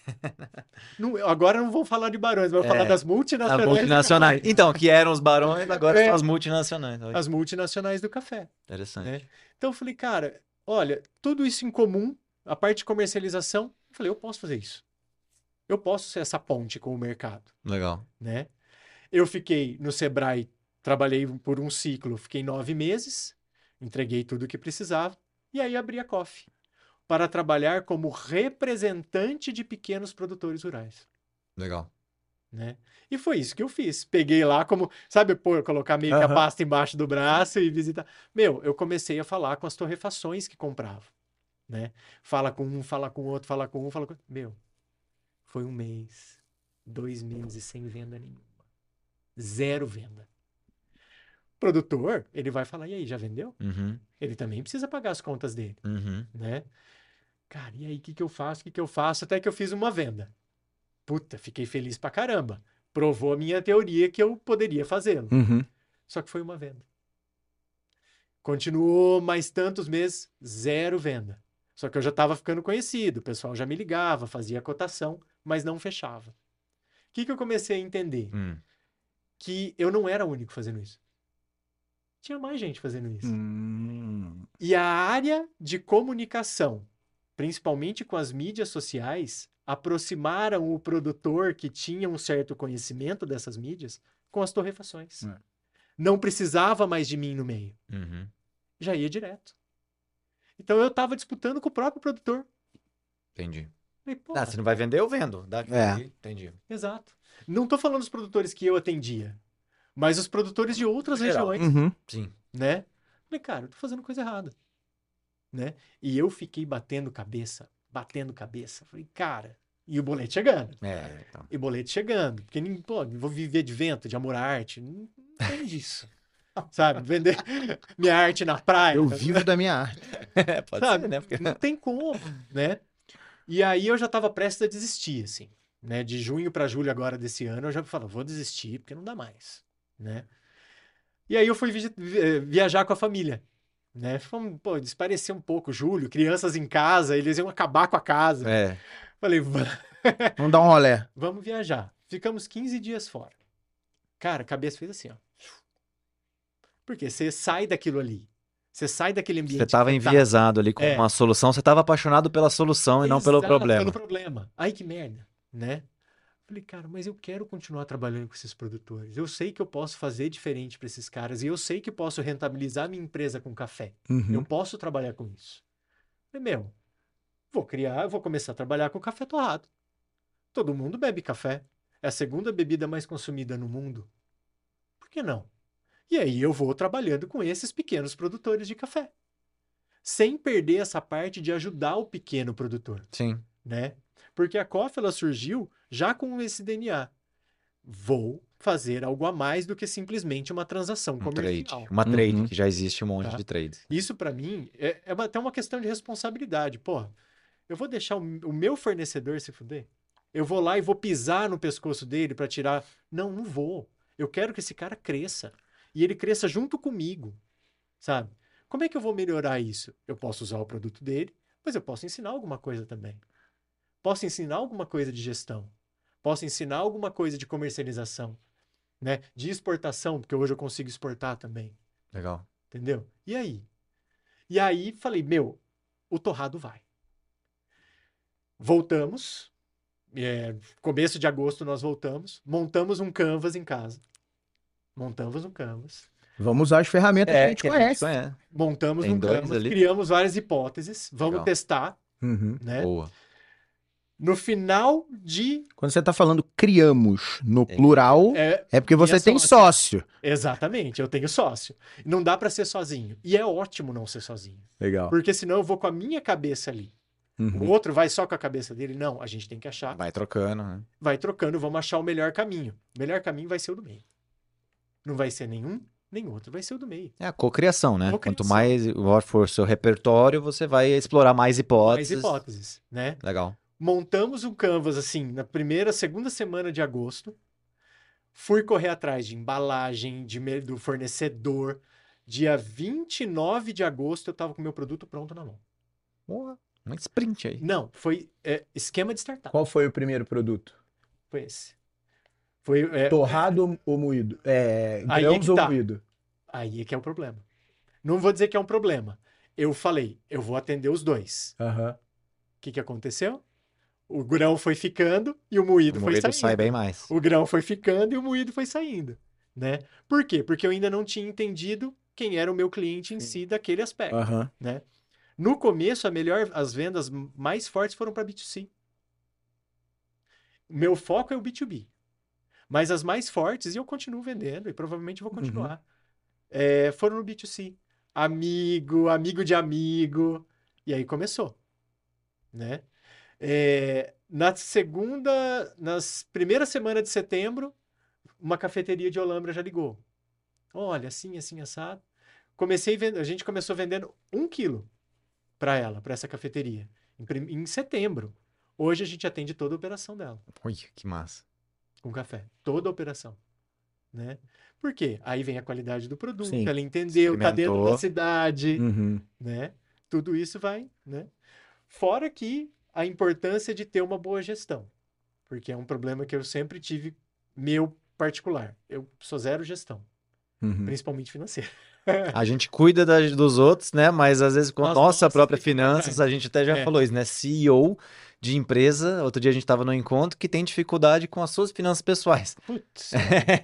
Speaker 3: Não- agora não vou falar de barões, vou
Speaker 2: É,
Speaker 3: falar das
Speaker 2: As
Speaker 3: multinacionais.
Speaker 2: multinacionais. Então, que eram os barões, agora
Speaker 3: É.
Speaker 2: são as multinacionais. Olha,
Speaker 3: As multinacionais do café.
Speaker 2: Interessante.
Speaker 3: né? Então eu falei, cara, olha, tudo isso em comum, a parte de comercialização, eu falei, eu posso fazer isso. Eu posso ser essa ponte com o mercado,
Speaker 2: Legal.
Speaker 3: né? Eu fiquei no Sebrae, trabalhei por um ciclo, fiquei nove meses, entreguei tudo o que precisava e aí abri a COF para trabalhar como representante de pequenos produtores rurais
Speaker 2: Legal.
Speaker 3: né? E foi isso que eu fiz. Peguei lá como, sabe, pô, colocar meio que a
Speaker 2: Aham.
Speaker 3: pasta embaixo do braço e visitar. Meu, eu comecei a falar com as torrefações que compravam, né? Fala com um, fala com outro, fala com um, fala com... Meu, foi um mês, dois meses sem venda nenhuma. Zero venda. Produtor, ele vai falar, e aí, já vendeu?
Speaker 2: Uhum,
Speaker 3: Ele também precisa pagar as contas dele
Speaker 2: uhum.
Speaker 3: né? Cara, e aí, o que que eu faço? O que que eu faço? Até que eu fiz uma venda. Puta, fiquei feliz pra caramba. Provou a minha teoria que eu poderia fazê-lo.
Speaker 1: Uhum.
Speaker 3: Só que foi uma venda. Continuou mais tantos meses, zero venda. Só que eu já estava ficando conhecido, o pessoal já me ligava, fazia cotação, mas não fechava. O que que eu comecei a entender?
Speaker 2: Hum.
Speaker 3: Que eu não era o único fazendo isso. Tinha mais gente fazendo isso.
Speaker 1: Hum.
Speaker 3: E a área de comunicação, principalmente com as mídias sociais, aproximaram o produtor que tinha um certo conhecimento dessas mídias com as torrefações.
Speaker 1: É.
Speaker 3: Não precisava mais de mim no meio,
Speaker 2: Uhum.
Speaker 3: já ia direto. Então eu estava disputando com o próprio produtor.
Speaker 2: Entendi.
Speaker 3: Falei, pô,
Speaker 2: Ah, você não vai vender, eu vendo. Dá-
Speaker 1: É.
Speaker 2: Entendi.
Speaker 3: exato. Não estou falando dos produtores que eu atendia, mas os produtores de outras
Speaker 2: Geral.
Speaker 3: regiões.
Speaker 1: Uhum.
Speaker 2: Sim.
Speaker 3: né? Falei, cara, eu tô fazendo coisa errada, né? E eu fiquei batendo cabeça, batendo cabeça. Falei, cara, e o boleto chegando,
Speaker 2: É, então.
Speaker 3: e o boleto chegando, porque nem, pô, não vou viver de vento, de amor à arte, não não tem disso, sabe? Vender minha arte na praia,
Speaker 1: Eu
Speaker 3: tá-
Speaker 1: vivo da minha arte.
Speaker 2: É, pode
Speaker 3: Sabe?
Speaker 2: ser, né? Porque...
Speaker 3: não tem como, né? E aí eu já tava prestes a desistir, assim, né? De junho para julho agora desse ano, eu já falo, vou desistir, porque não dá mais, né? E aí eu fui vigi- vi- eh, viajar com a família, né? Fomos, pô, desaparecer um pouco, julho, crianças em casa, eles iam acabar com a casa.
Speaker 2: É.
Speaker 3: Falei, "Va-
Speaker 1: Vamos dar um rolé.
Speaker 3: Vamos viajar. Ficamos 15 dias fora. Cara, a cabeça fez assim, ó. Porque você sai daquilo ali. Você sai daquele ambiente.
Speaker 2: Você estava
Speaker 3: que tá.
Speaker 2: enviesado ali com
Speaker 3: É.
Speaker 2: uma solução, você estava apaixonado pela solução e não pelo
Speaker 3: Exato,
Speaker 2: problema.
Speaker 3: Pelo problema. Ai, que merda, né? Falei, cara, mas eu quero continuar trabalhando com esses produtores. Eu sei que eu posso fazer diferente para esses caras e eu sei que posso rentabilizar minha empresa com café.
Speaker 2: Uhum.
Speaker 3: Eu posso trabalhar com isso. Falei, meu, vou criar, vou começar a trabalhar com café torrado. Todo mundo bebe café. É a segunda bebida mais consumida no mundo. Por que não? E aí eu vou trabalhando com esses pequenos produtores de café. Sem perder essa parte de ajudar o pequeno produtor
Speaker 2: Sim.
Speaker 3: né? Porque a COF ela surgiu já com esse DNA. Vou fazer algo a mais do que simplesmente uma transação
Speaker 2: Um trade.
Speaker 3: comercial.
Speaker 2: Uma trade,
Speaker 1: Uhum.
Speaker 2: que já existe um monte
Speaker 3: Tá.
Speaker 2: de trade.
Speaker 3: Isso para mim é, é uma- até uma questão de responsabilidade. Pô, eu vou deixar o, o meu fornecedor se fuder? Eu vou lá e vou pisar no pescoço dele para tirar? Não, não vou. Eu quero que esse cara cresça e ele cresça junto comigo, sabe? Como é que eu vou melhorar isso? Eu posso usar o produto dele, mas eu posso ensinar alguma coisa também. Posso ensinar alguma coisa de gestão. Posso ensinar alguma coisa de comercialização, né? De exportação, porque hoje eu consigo exportar também.
Speaker 2: Legal.
Speaker 3: Entendeu? E aí? E aí falei, meu, o torrado vai. Voltamos, é, começo de agosto nós voltamos, montamos um canvas em casa. Montamos um canvas.
Speaker 1: Vamos usar as ferramentas que É, a gente
Speaker 2: É, que
Speaker 1: conhece.
Speaker 2: conhece.
Speaker 3: Montamos
Speaker 2: Tem
Speaker 3: um
Speaker 2: dois
Speaker 3: canvas,
Speaker 2: ali.
Speaker 3: criamos várias hipóteses, vamos
Speaker 2: Legal.
Speaker 3: testar,
Speaker 1: Uhum.
Speaker 3: né?
Speaker 2: Boa.
Speaker 3: No final de...
Speaker 1: Quando você tá falando criamos no
Speaker 2: Tem.
Speaker 1: plural, é,
Speaker 3: é,
Speaker 1: porque você
Speaker 3: é
Speaker 1: tem sócio.
Speaker 3: exatamente, eu tenho sócio. Não dá para ser sozinho. E é ótimo não ser sozinho.
Speaker 1: Legal.
Speaker 3: Porque senão eu vou com a minha cabeça ali.
Speaker 1: Uhum.
Speaker 3: O
Speaker 2: Uhum.
Speaker 3: outro vai só com a cabeça dele. Não, a gente tem que achar.
Speaker 2: Vai trocando, né?
Speaker 3: Vai trocando, vamos achar o melhor caminho. O melhor caminho vai ser o do meio. Não vai ser nenhum, nem outro. Vai ser o do meio.
Speaker 2: É a cocriação, né?
Speaker 3: Cocriação.
Speaker 2: Quanto mais maior for o seu repertório, você vai explorar mais
Speaker 3: Mais
Speaker 2: hipóteses.
Speaker 3: hipóteses, né?
Speaker 2: Legal.
Speaker 3: Montamos um canvas assim na primeira, segunda semana de agosto. Fui correr atrás de embalagem, de me- do fornecedor. Dia 29 de agosto eu tava com meu produto pronto na mão.
Speaker 2: Boa. Um sprint aí.
Speaker 3: Não, foi é, esquema de startup.
Speaker 1: Qual foi o primeiro produto?
Speaker 3: Foi esse. Foi, é,
Speaker 1: Torrado ou moído? É,
Speaker 3: Aí é
Speaker 1: grãos
Speaker 3: que
Speaker 1: ou
Speaker 3: tá.
Speaker 1: moído?
Speaker 3: Aí é que é o problema. Não vou dizer que é um problema. Eu falei, eu vou atender os dois.
Speaker 1: Aham.
Speaker 3: O que, que aconteceu? O grão foi ficando e o moído
Speaker 2: O
Speaker 3: foi
Speaker 2: moído
Speaker 3: saindo.
Speaker 2: sai bem mais.
Speaker 3: O grão foi ficando e o moído foi saindo, né? Por quê? Porque eu ainda não tinha entendido quem era o meu cliente em si daquele
Speaker 2: É.
Speaker 3: aspecto.
Speaker 1: Aham.
Speaker 3: No começo, a melhor, as vendas mais fortes foram para B2C. Meu foco é o B2B. Mas as mais fortes, e eu continuo vendendo, e provavelmente vou continuar, é, foram no B2C. Amigo, amigo de amigo. E aí começou. Né? É, na segunda, nas primeira semana de setembro, uma cafeteria de Olambra já ligou. Olha, assim, assim, assado. Comecei vendo, a gente começou vendendo um quilo para ela, para essa cafeteria, em, prim- em setembro. Hoje a gente atende toda a operação dela,
Speaker 2: Ui, que massa.
Speaker 3: com café. Toda a operação. Né? Por quê? Aí vem a qualidade do produto,
Speaker 1: Sim.
Speaker 3: ela entendeu, tá dentro da
Speaker 2: Experimentou. Hum.
Speaker 3: cidade,
Speaker 1: Uhum.
Speaker 3: né? Tudo isso vai, né? Fora que a importância de ter uma boa gestão, porque é um problema que eu sempre tive meu particular. Eu sou zero gestão,
Speaker 2: Hum.
Speaker 1: Uhum.
Speaker 3: principalmente financeira.
Speaker 2: A gente cuida da- dos outros, né? Mas às vezes com a
Speaker 3: Nós
Speaker 2: nossa
Speaker 3: nossas
Speaker 2: própria
Speaker 3: tem que
Speaker 2: finanças, a gente até já
Speaker 3: É.
Speaker 2: falou isso, né? CEO de empresa, outro dia a gente estava num encontro que tem dificuldade com as suas finanças pessoais.
Speaker 3: Putz,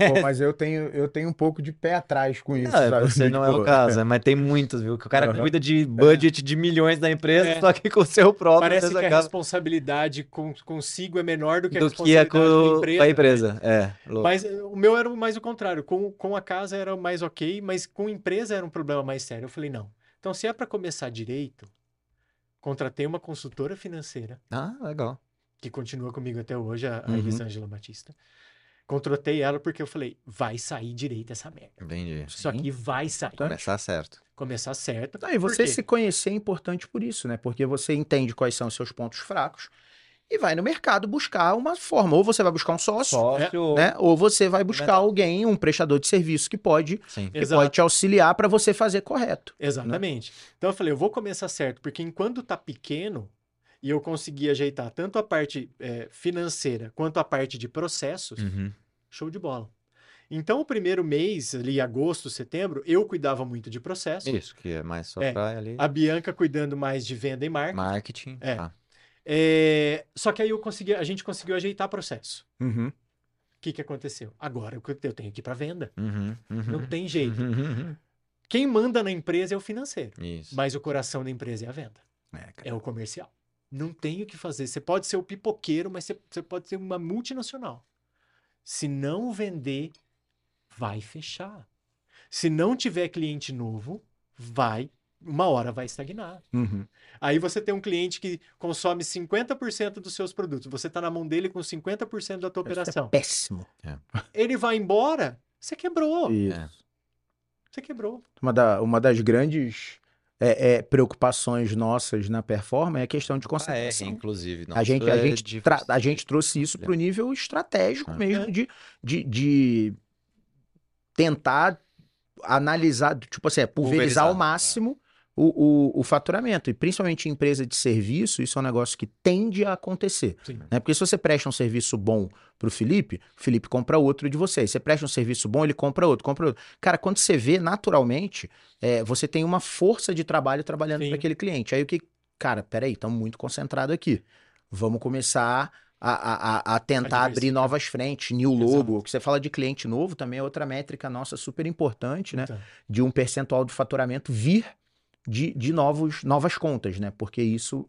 Speaker 1: Pô, mas eu tenho, eu tenho um pouco de pé atrás com isso.
Speaker 2: Ah,
Speaker 1: sabe?
Speaker 2: você não é
Speaker 1: Tipo,
Speaker 2: o caso, né? mas tem muitos, viu? Que o cara
Speaker 1: Aham.
Speaker 2: cuida de budget de milhões da empresa,
Speaker 3: É.
Speaker 2: só que com o seu próprio,
Speaker 3: Parece
Speaker 2: às
Speaker 3: que é
Speaker 2: vezes,
Speaker 3: a
Speaker 2: acaba-
Speaker 3: responsabilidade com- consigo é menor do que a
Speaker 2: do que é
Speaker 3: responsabilidade
Speaker 2: com
Speaker 3: da
Speaker 2: a
Speaker 3: empresa.
Speaker 2: empresa. É, louco.
Speaker 3: Mas eh, o meu era mais o contrário. Com, com a casa era mais ok, mas com a empresa era um problema mais sério. Eu falei, não. Então, se é para começar direito, contratei uma consultora financeira,
Speaker 2: Ah, legal.
Speaker 3: que continua comigo até hoje, a, a
Speaker 2: Uhum.
Speaker 3: Elisângela Batista. Contratei ela porque eu falei, vai sair direito essa merda.
Speaker 2: Entendi.
Speaker 3: Isso aqui vai sair.
Speaker 2: Começar certo.
Speaker 3: Começar certo.
Speaker 1: Ah, Tá. e
Speaker 3: Por
Speaker 1: você
Speaker 3: quê?
Speaker 1: se conhecer é importante por isso, né? Porque você entende quais são os seus pontos fracos e vai no mercado buscar uma forma. Ou você vai buscar um sócio,
Speaker 2: Sócio.
Speaker 1: né? Ou você vai buscar alguém, um prestador de serviço que pode,
Speaker 2: Sim.
Speaker 1: que
Speaker 3: Exato.
Speaker 1: pode te auxiliar para você fazer correto.
Speaker 3: Exatamente. Então eu falei, eu vou começar certo, porque enquanto tá pequeno e eu conseguir ajeitar tanto a parte eh, financeira quanto a parte de processos,
Speaker 2: Uhum.
Speaker 3: show de bola. Então o primeiro mês, ali agosto, setembro, eu cuidava muito de processo,
Speaker 2: Isso, que é mais só
Speaker 3: É.
Speaker 2: praia ali.
Speaker 3: a Bianca cuidando mais de venda e marketing.
Speaker 2: Marketing.
Speaker 3: É.
Speaker 2: tá.
Speaker 3: Eh, só que aí eu consegui, a gente conseguiu ajeitar processo.
Speaker 2: Uhum.
Speaker 3: O que, que aconteceu? Agora eu cu- eu tenho que ir para venda.
Speaker 2: Uhum, uhum,
Speaker 3: Não tem jeito.
Speaker 2: uhum, uhum.
Speaker 3: Quem manda na empresa é o financeiro,
Speaker 2: Isso.
Speaker 3: mas o coração da empresa é a venda.
Speaker 1: É, cara.
Speaker 3: é o comercial. Não tem o que fazer. Você pode ser o pipoqueiro, mas você, você pode ser uma multinacional. Se não vender, vai fechar. Se não tiver cliente novo, vai, uma hora vai estagnar.
Speaker 1: Uhum.
Speaker 3: Aí você tem um cliente que consome 50% dos seus produtos. Você está na mão dele com 50% da tua
Speaker 1: é
Speaker 3: operação.
Speaker 1: Péssimo.
Speaker 3: Ele vai embora, você quebrou.
Speaker 1: Isso.
Speaker 2: É.
Speaker 3: Você quebrou.
Speaker 1: Uma, da- uma das grandes é, é, preocupações nossas na performance é a questão de
Speaker 2: Ah, é,
Speaker 1: concentração.
Speaker 2: inclusive.
Speaker 1: A
Speaker 2: nossa,
Speaker 1: gente, a,
Speaker 2: é
Speaker 1: gente tra-
Speaker 2: difícil.
Speaker 1: a gente trouxe isso para o nível estratégico
Speaker 2: É.
Speaker 1: mesmo,
Speaker 3: É.
Speaker 1: de, de, de tentar analisar, tipo assim, é, pulverizar
Speaker 2: Pulverizar,
Speaker 1: ao máximo o, o, o faturamento. E principalmente em empresa de serviço, isso é um negócio que tende a acontecer.
Speaker 3: Sim.
Speaker 1: Né? Porque se você presta um serviço bom para o Felipe, o Felipe compra outro de você. E Você presta um serviço bom, ele compra outro, compra outro. Cara, quando você vê, naturalmente, é, você tem uma força de trabalho trabalhando
Speaker 3: Sim.
Speaker 1: para aquele cliente. Aí o que, cara, peraí, estamos muito concentrados aqui. Vamos começar a, a, a tentar
Speaker 3: A
Speaker 1: abrir
Speaker 3: diversificar.
Speaker 1: novas frentes, new
Speaker 3: Exato.
Speaker 1: logo. Que você fala de cliente novo também é outra métrica nossa super importante, né?
Speaker 3: Então,
Speaker 1: De um percentual de faturamento vir de, de novos, novas contas, né? Porque isso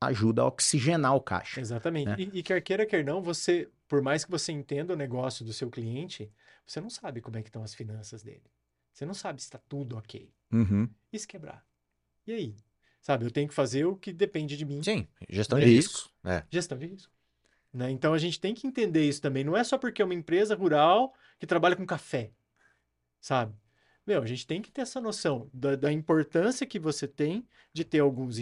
Speaker 1: ajuda a oxigenar o caixa.
Speaker 3: Exatamente.
Speaker 1: né?
Speaker 3: E, e quer queira, quer não, você, por mais que você entenda o negócio do seu cliente, você não sabe como é que estão as finanças dele. Você não sabe se está tudo ok.
Speaker 1: Uhum.
Speaker 3: E se quebrar? E aí? Sabe, eu tenho que fazer o que depende de mim.
Speaker 2: Sim, gestão de
Speaker 1: Isso.
Speaker 2: risco. É.
Speaker 3: Gestão de risco. Né? Então a gente tem que entender isso também. Não é só porque é uma empresa rural que trabalha com café, sabe? Meu, a gente tem que ter essa noção da, da importância que você tem de ter alguns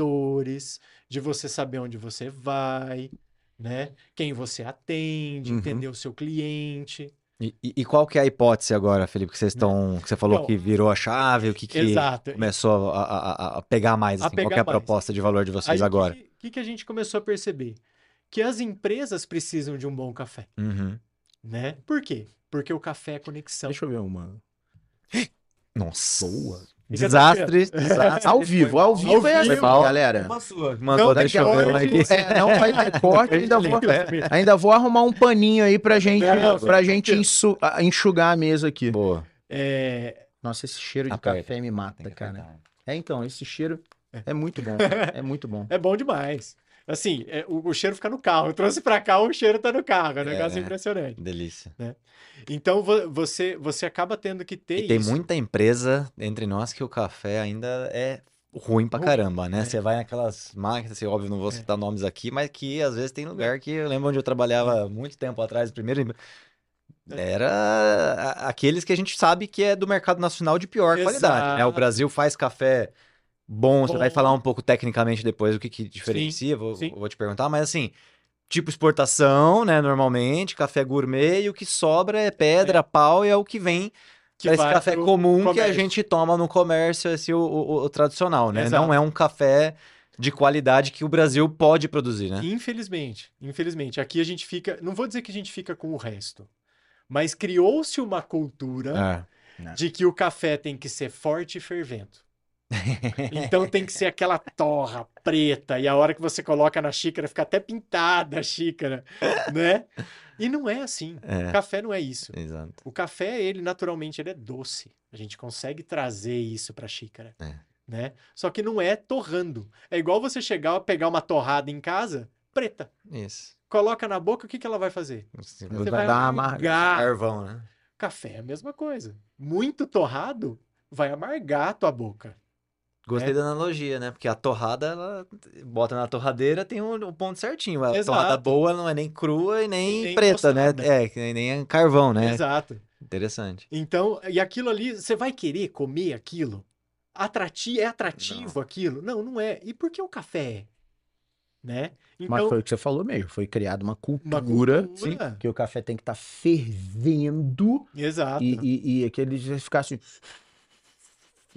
Speaker 3: indicadores, de você saber onde você vai, né? Quem você atende,
Speaker 1: Uhum.
Speaker 3: entender o seu cliente.
Speaker 2: E, e- e qual que é a hipótese agora, Felipe, que vocês estão. Que você falou
Speaker 3: Então,
Speaker 2: que virou a chave, o que, que
Speaker 3: Exato.
Speaker 2: começou a, a- a- a pegar mais,
Speaker 3: A
Speaker 2: assim,
Speaker 3: pegar
Speaker 2: qual que é a
Speaker 3: mais.
Speaker 2: proposta de valor de vocês
Speaker 3: Aí, o
Speaker 2: agora?
Speaker 3: que, que que a gente começou a perceber? Que as empresas precisam de um bom café,
Speaker 2: Uhum.
Speaker 3: né? Por quê? Porque o café é conexão.
Speaker 1: Deixa eu ver uma.
Speaker 2: Nossa.
Speaker 1: Boa.
Speaker 3: Fica
Speaker 2: Desastre, desastre.
Speaker 1: Ao vivo, ao vivo é assim,
Speaker 2: Foi mal.
Speaker 1: galera.
Speaker 2: sua.
Speaker 3: Não,
Speaker 2: Mandou até
Speaker 3: tem que
Speaker 2: chover lá
Speaker 3: corte.
Speaker 2: aqui.
Speaker 1: É, não faz recorte, ainda vou,
Speaker 3: Excelente.
Speaker 1: ainda vou arrumar um paninho aí pra gente,
Speaker 3: Não,
Speaker 1: pra gente ensu- a- enxugar a mesa aqui.
Speaker 2: Boa. tá
Speaker 3: É,
Speaker 1: Nossa, esse cheiro de
Speaker 2: Aperta.
Speaker 1: café me mata, cara. É, então, esse cheiro é muito bom. É muito bom.
Speaker 3: é bom demais. Assim, é, o, o cheiro fica no carro. Eu trouxe pra cá, o cheiro tá no carro. É um negócio
Speaker 2: É.
Speaker 3: impressionante.
Speaker 2: Delícia.
Speaker 3: Então, vo- você, você acaba tendo que ter
Speaker 2: E tem
Speaker 3: isso.
Speaker 2: muita empresa entre nós que o café ainda é ruim pra
Speaker 3: Ruim,
Speaker 2: caramba, né?
Speaker 3: é.
Speaker 2: Você vai naquelas máquinas, assim, óbvio, não vou
Speaker 3: É.
Speaker 2: citar nomes aqui, mas que às vezes tem lugar que eu lembro onde eu
Speaker 3: É.
Speaker 2: trabalhava muito tempo atrás, primeiro. em- Era a- aqueles que a gente sabe que é do mercado nacional de pior qualidade, né? O
Speaker 3: Exato.
Speaker 2: Brasil faz café bom, você vai
Speaker 3: Bom.
Speaker 2: falar um pouco tecnicamente depois o que, que diferencia, vou,
Speaker 3: sim.
Speaker 2: vou te perguntar, mas assim, tipo exportação, né, normalmente, café gourmet, e o que sobra é pedra, pau, e é o que vem
Speaker 3: que
Speaker 2: pra esse
Speaker 3: vai
Speaker 2: café
Speaker 3: pro
Speaker 2: comum que a
Speaker 3: comércio.
Speaker 2: gente toma no comércio, esse o, o- o tradicional, né?
Speaker 3: Exato.
Speaker 2: Não é um café de qualidade que o Brasil pode produzir, né?
Speaker 3: Infelizmente, infelizmente. Aqui a gente fica. Não vou dizer que a gente fica com o resto, mas criou-se uma cultura
Speaker 2: É,
Speaker 3: de que o café tem que ser forte e fervento. Então tem que ser aquela torra preta, e a hora que você coloca na xícara fica até pintada a xícara, né? E não é assim. O
Speaker 2: É,
Speaker 3: café não é isso.
Speaker 2: exato.
Speaker 3: O café, ele naturalmente ele é doce. A gente consegue trazer isso para xícara,
Speaker 2: É.
Speaker 3: né? Só que não é torrando. É igual você chegar a pegar uma torrada em casa preta,
Speaker 2: Isso. Assim,
Speaker 3: coloca na boca, o que que ela vai fazer?
Speaker 1: Vai dar uma amarga.
Speaker 3: amargar.
Speaker 2: Carvão, né?
Speaker 3: Café é a mesma coisa. Muito torrado vai amargar a tua boca. É.
Speaker 2: Gostei da analogia, né? Porque a torrada, ela bota na torradeira, tem um, um ponto certinho. A
Speaker 3: Exato.
Speaker 2: torrada boa não é nem crua e nem,
Speaker 3: Nem
Speaker 2: preta,
Speaker 3: tostada.
Speaker 2: né? É, que nem carvão,
Speaker 1: É.
Speaker 2: né?
Speaker 3: Exato.
Speaker 2: Interessante.
Speaker 3: Então, e aquilo ali, você vai querer comer aquilo? Atrati é atrativo aquilo? Não, não é. E por que o café é? Né?
Speaker 1: Mas
Speaker 3: Então,
Speaker 1: foi o que você falou mesmo. Foi criada uma
Speaker 3: uma
Speaker 1: cultura
Speaker 3: cultura.
Speaker 1: que o café tem que estar fervendo
Speaker 3: Exato.
Speaker 1: e, e, e aquele de ficar assim.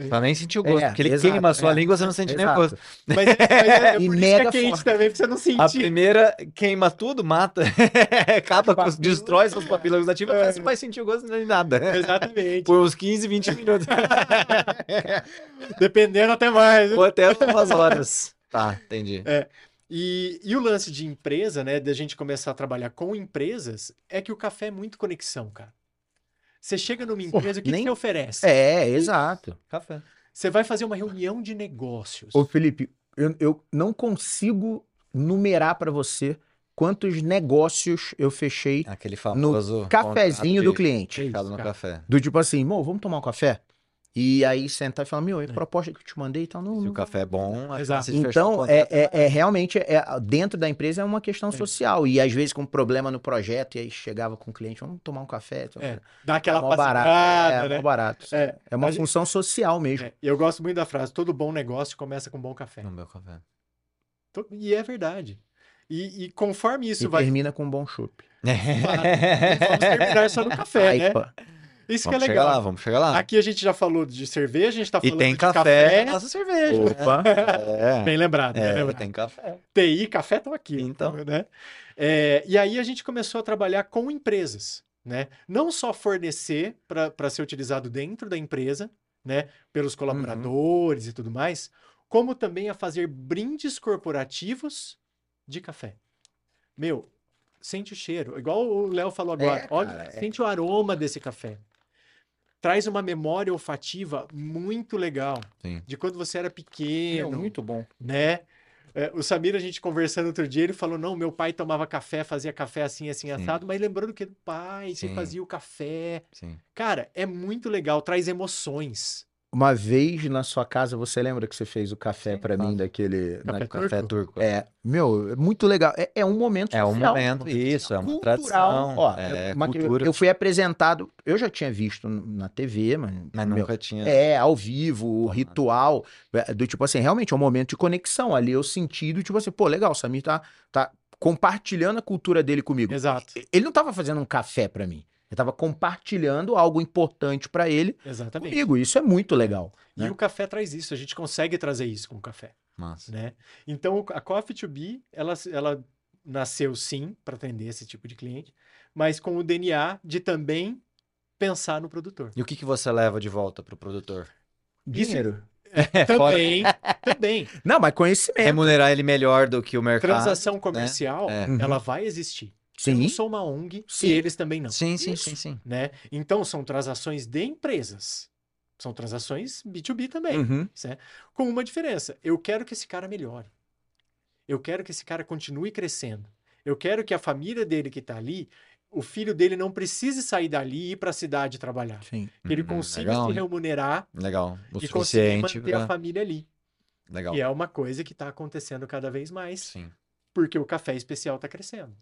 Speaker 2: Pra nem sentir o gosto,
Speaker 1: É,
Speaker 2: porque ele
Speaker 1: exato,
Speaker 2: queima a sua
Speaker 1: é.
Speaker 2: língua, você não sente nem o
Speaker 1: Exato.
Speaker 2: gosto.
Speaker 3: Mas, é- mas é, é por
Speaker 1: E
Speaker 3: isso
Speaker 1: mega
Speaker 3: que é quente
Speaker 1: forte.
Speaker 3: também, pra você não
Speaker 2: A
Speaker 3: sentir.
Speaker 2: primeira queima tudo, mata, acaba, com,
Speaker 1: papilas.
Speaker 2: destrói suas papilas gustativas,
Speaker 3: É.
Speaker 2: você não vai sentir o gosto nem nada.
Speaker 3: Exatamente.
Speaker 2: Por uns 15, 20 minutos,
Speaker 3: Dependendo até mais.
Speaker 2: ou até umas horas. Tá, entendi.
Speaker 3: E, e o lance de empresa, né, da gente começar a trabalhar com empresas, é que o café é muito conexão, cara. Você chega numa empresa, o que, que
Speaker 1: nem-
Speaker 3: você oferece?
Speaker 1: É, exato.
Speaker 2: Café.
Speaker 3: Você vai fazer uma reunião de negócios.
Speaker 1: Ô, Felipe, eu, eu não consigo numerar pra você quantos negócios eu fechei
Speaker 2: Aquele famoso
Speaker 1: cafezinho do
Speaker 2: contrato
Speaker 1: cliente.
Speaker 3: Que isso,
Speaker 2: fechado no
Speaker 3: cara.
Speaker 2: café.
Speaker 1: Do tipo assim, "Mô, vamos tomar um café? E aí sentar e falar, meu, é a proposta que eu te mandei e tal. Não,
Speaker 2: Se o
Speaker 1: não.
Speaker 2: café é bom, a
Speaker 3: Exato.
Speaker 2: chance de fechar
Speaker 1: Então,
Speaker 2: o
Speaker 1: é,
Speaker 2: contrato
Speaker 1: é, é realmente, é, dentro da empresa é uma questão
Speaker 3: É.
Speaker 1: social. E às vezes com problema no projeto, e aí chegava com o cliente, vamos tomar um café? Então,
Speaker 3: É, dá aquela
Speaker 1: mó barato.
Speaker 3: passeada,
Speaker 1: é,
Speaker 3: né?
Speaker 1: mó barato.
Speaker 3: É,
Speaker 1: É, uma
Speaker 3: a gente-
Speaker 1: função social mesmo.
Speaker 3: É, eu gosto muito da frase: todo bom negócio começa com bom café.
Speaker 2: no meu café.
Speaker 3: To- E é verdade. E, e conforme isso
Speaker 1: e
Speaker 3: vai.
Speaker 1: termina com um bom chup.
Speaker 3: Vamos terminar só no café, né?
Speaker 1: Aipa.
Speaker 3: Isso que é
Speaker 2: Vamos chegar lá,
Speaker 3: legal.
Speaker 2: vamos chegar lá.
Speaker 3: Aqui a gente já falou de cerveja, a gente tá
Speaker 2: E
Speaker 3: falando
Speaker 2: tem
Speaker 3: de
Speaker 2: café, nossa cerveja. né?
Speaker 1: Opa.
Speaker 2: É,
Speaker 3: Bem lembrado, né? bem
Speaker 2: é,
Speaker 3: lembrado.
Speaker 2: tem café.
Speaker 3: TI, café estão aqui.
Speaker 2: Então.
Speaker 3: Né? É, e aí a gente começou a trabalhar com empresas, né? Não só fornecer para ser utilizado dentro da empresa, né? Pelos
Speaker 2: Uhum.
Speaker 3: colaboradores e tudo mais, como também a fazer brindes corporativos de café. Meu, sente o cheiro. Igual o Léo falou agora.
Speaker 1: É,
Speaker 3: Olha,
Speaker 2: cara, é.
Speaker 3: sente o aroma desse café. Traz uma memória olfativa muito legal.
Speaker 2: Sim.
Speaker 3: De quando você era
Speaker 1: É
Speaker 2: um
Speaker 3: pequeno
Speaker 1: muito bom.
Speaker 3: né? É, o Samir, a gente conversando outro dia, ele falou: não, meu pai tomava café, fazia café assim, assim,
Speaker 2: Sim.
Speaker 3: assado, mas lembrando que do pai, que
Speaker 2: Sim.
Speaker 3: fazia o café.
Speaker 2: Sim.
Speaker 3: Cara, é muito legal, traz emoções.
Speaker 1: Uma vez na sua casa, você lembra que você fez o café
Speaker 2: Sim,
Speaker 1: pra
Speaker 2: claro.
Speaker 1: mim daquele.
Speaker 3: Café
Speaker 1: na-
Speaker 3: turco?
Speaker 2: Café turco.
Speaker 1: É, meu, é muito legal. É, é um momento
Speaker 2: É um
Speaker 1: social.
Speaker 2: momento, isso, é uma
Speaker 1: Cultural.
Speaker 2: tradição,
Speaker 1: Ó,
Speaker 2: é
Speaker 1: uma-
Speaker 2: cultura.
Speaker 1: Eu fui apresentado, eu já tinha visto na TV, mas,
Speaker 2: Mas
Speaker 1: meu,
Speaker 2: nunca tinha.
Speaker 1: É, ao vivo, o ritual, é, do tipo assim, realmente é um momento de conexão. Ali eu senti do tipo assim, pô, legal, o Samir tá, tá compartilhando a cultura dele comigo.
Speaker 3: Exato,
Speaker 1: Ele não tava fazendo um café pra mim, ele tava compartilhando algo importante pra ele
Speaker 3: exatamente.
Speaker 1: comigo. Isso é muito legal.
Speaker 3: E
Speaker 1: né?
Speaker 3: o café traz isso, a gente consegue trazer isso com o café,
Speaker 2: Massa.
Speaker 3: né? Então a Coffee to Be, ela, ela nasceu sim para atender esse tipo de cliente, mas com o DNA de também pensar no produtor.
Speaker 2: E o que, que você leva de volta pro produtor?
Speaker 1: Dinheiro.
Speaker 2: fora-
Speaker 3: Também, também.
Speaker 1: Não, mas conhecimento.
Speaker 2: Remunerar ele melhor do que o mercado.
Speaker 3: É. Transação comercial,
Speaker 2: É.
Speaker 1: Uhum.
Speaker 3: ela vai existir. Eu
Speaker 1: Sim,
Speaker 3: não sou uma ONG
Speaker 1: Sim.
Speaker 3: e eles também não,
Speaker 2: Sim, sim,
Speaker 1: Isso.
Speaker 2: sim, sim.
Speaker 3: né? Então são transações de empresas. São transações B2B também, é,
Speaker 1: uhum,
Speaker 3: com uma diferença. Eu quero que esse cara melhore. Eu quero que esse cara continue crescendo. Eu quero que a família dele que está ali, o filho dele não precise sair dali e ir para a cidade trabalhar.
Speaker 1: sim.
Speaker 3: Que ele
Speaker 2: Hum,
Speaker 3: consiga
Speaker 2: legal,
Speaker 3: se
Speaker 2: né?
Speaker 3: remunerar
Speaker 2: Legal. O
Speaker 3: e conseguir
Speaker 2: suficiente.
Speaker 3: manter
Speaker 2: pra-
Speaker 3: a família ali.
Speaker 2: Legal.
Speaker 3: E é uma coisa que está acontecendo cada vez mais.
Speaker 2: Sim.
Speaker 3: porque o café especial está crescendo.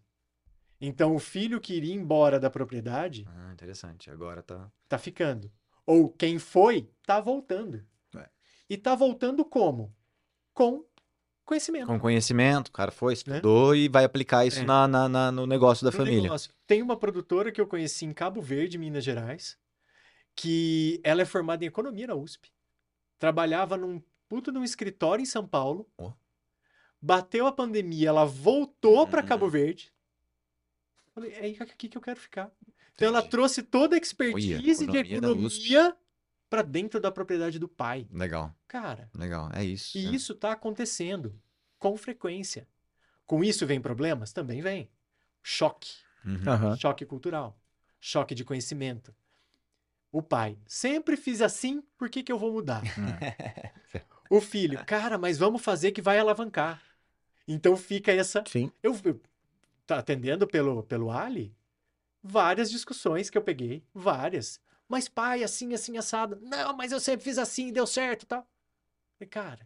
Speaker 3: Então o filho que iria embora da propriedade
Speaker 2: Ah, interessante. Agora tá.
Speaker 3: está ficando. Ou quem foi está voltando.
Speaker 1: É.
Speaker 3: E está voltando como? Com conhecimento.
Speaker 2: Com conhecimento, o cara foi, estudou e vai aplicar isso
Speaker 3: Né? É.
Speaker 2: na, na- na- no negócio da
Speaker 3: No
Speaker 2: família.
Speaker 3: negócio. Tem uma produtora que eu conheci em Cabo Verde, Minas Gerais, que ela é formada em economia na USP. Trabalhava num puto num escritório em São Paulo.
Speaker 2: Ó.
Speaker 3: Bateu a pandemia, ela voltou para
Speaker 2: Hum.
Speaker 3: Cabo Verde. Falei, é aqui que eu quero ficar. Então ela
Speaker 2: Entendi.
Speaker 3: trouxe toda a expertise
Speaker 2: Olha,
Speaker 3: de
Speaker 2: economia da USP.
Speaker 3: economia para dentro da propriedade do pai.
Speaker 2: Legal,
Speaker 3: Cara,
Speaker 2: legal. É isso. né?
Speaker 3: e isso está acontecendo com frequência. Com isso vem problemas? Também vem. Choque.
Speaker 2: Uhum.
Speaker 1: Aham.
Speaker 3: Choque cultural, choque de conhecimento. O pai, sempre fiz assim, por que, que eu vou mudar?
Speaker 2: Hum.
Speaker 3: o filho, cara, mas vamos fazer que vai alavancar. Então fica essa.
Speaker 1: Sim.
Speaker 3: Eu, eu tá atendendo pelo, pelo Ali várias discussões que eu peguei, várias. Mas pai, assim, assim, assado. Não, mas eu sempre fiz assim, deu certo e tal. E, cara,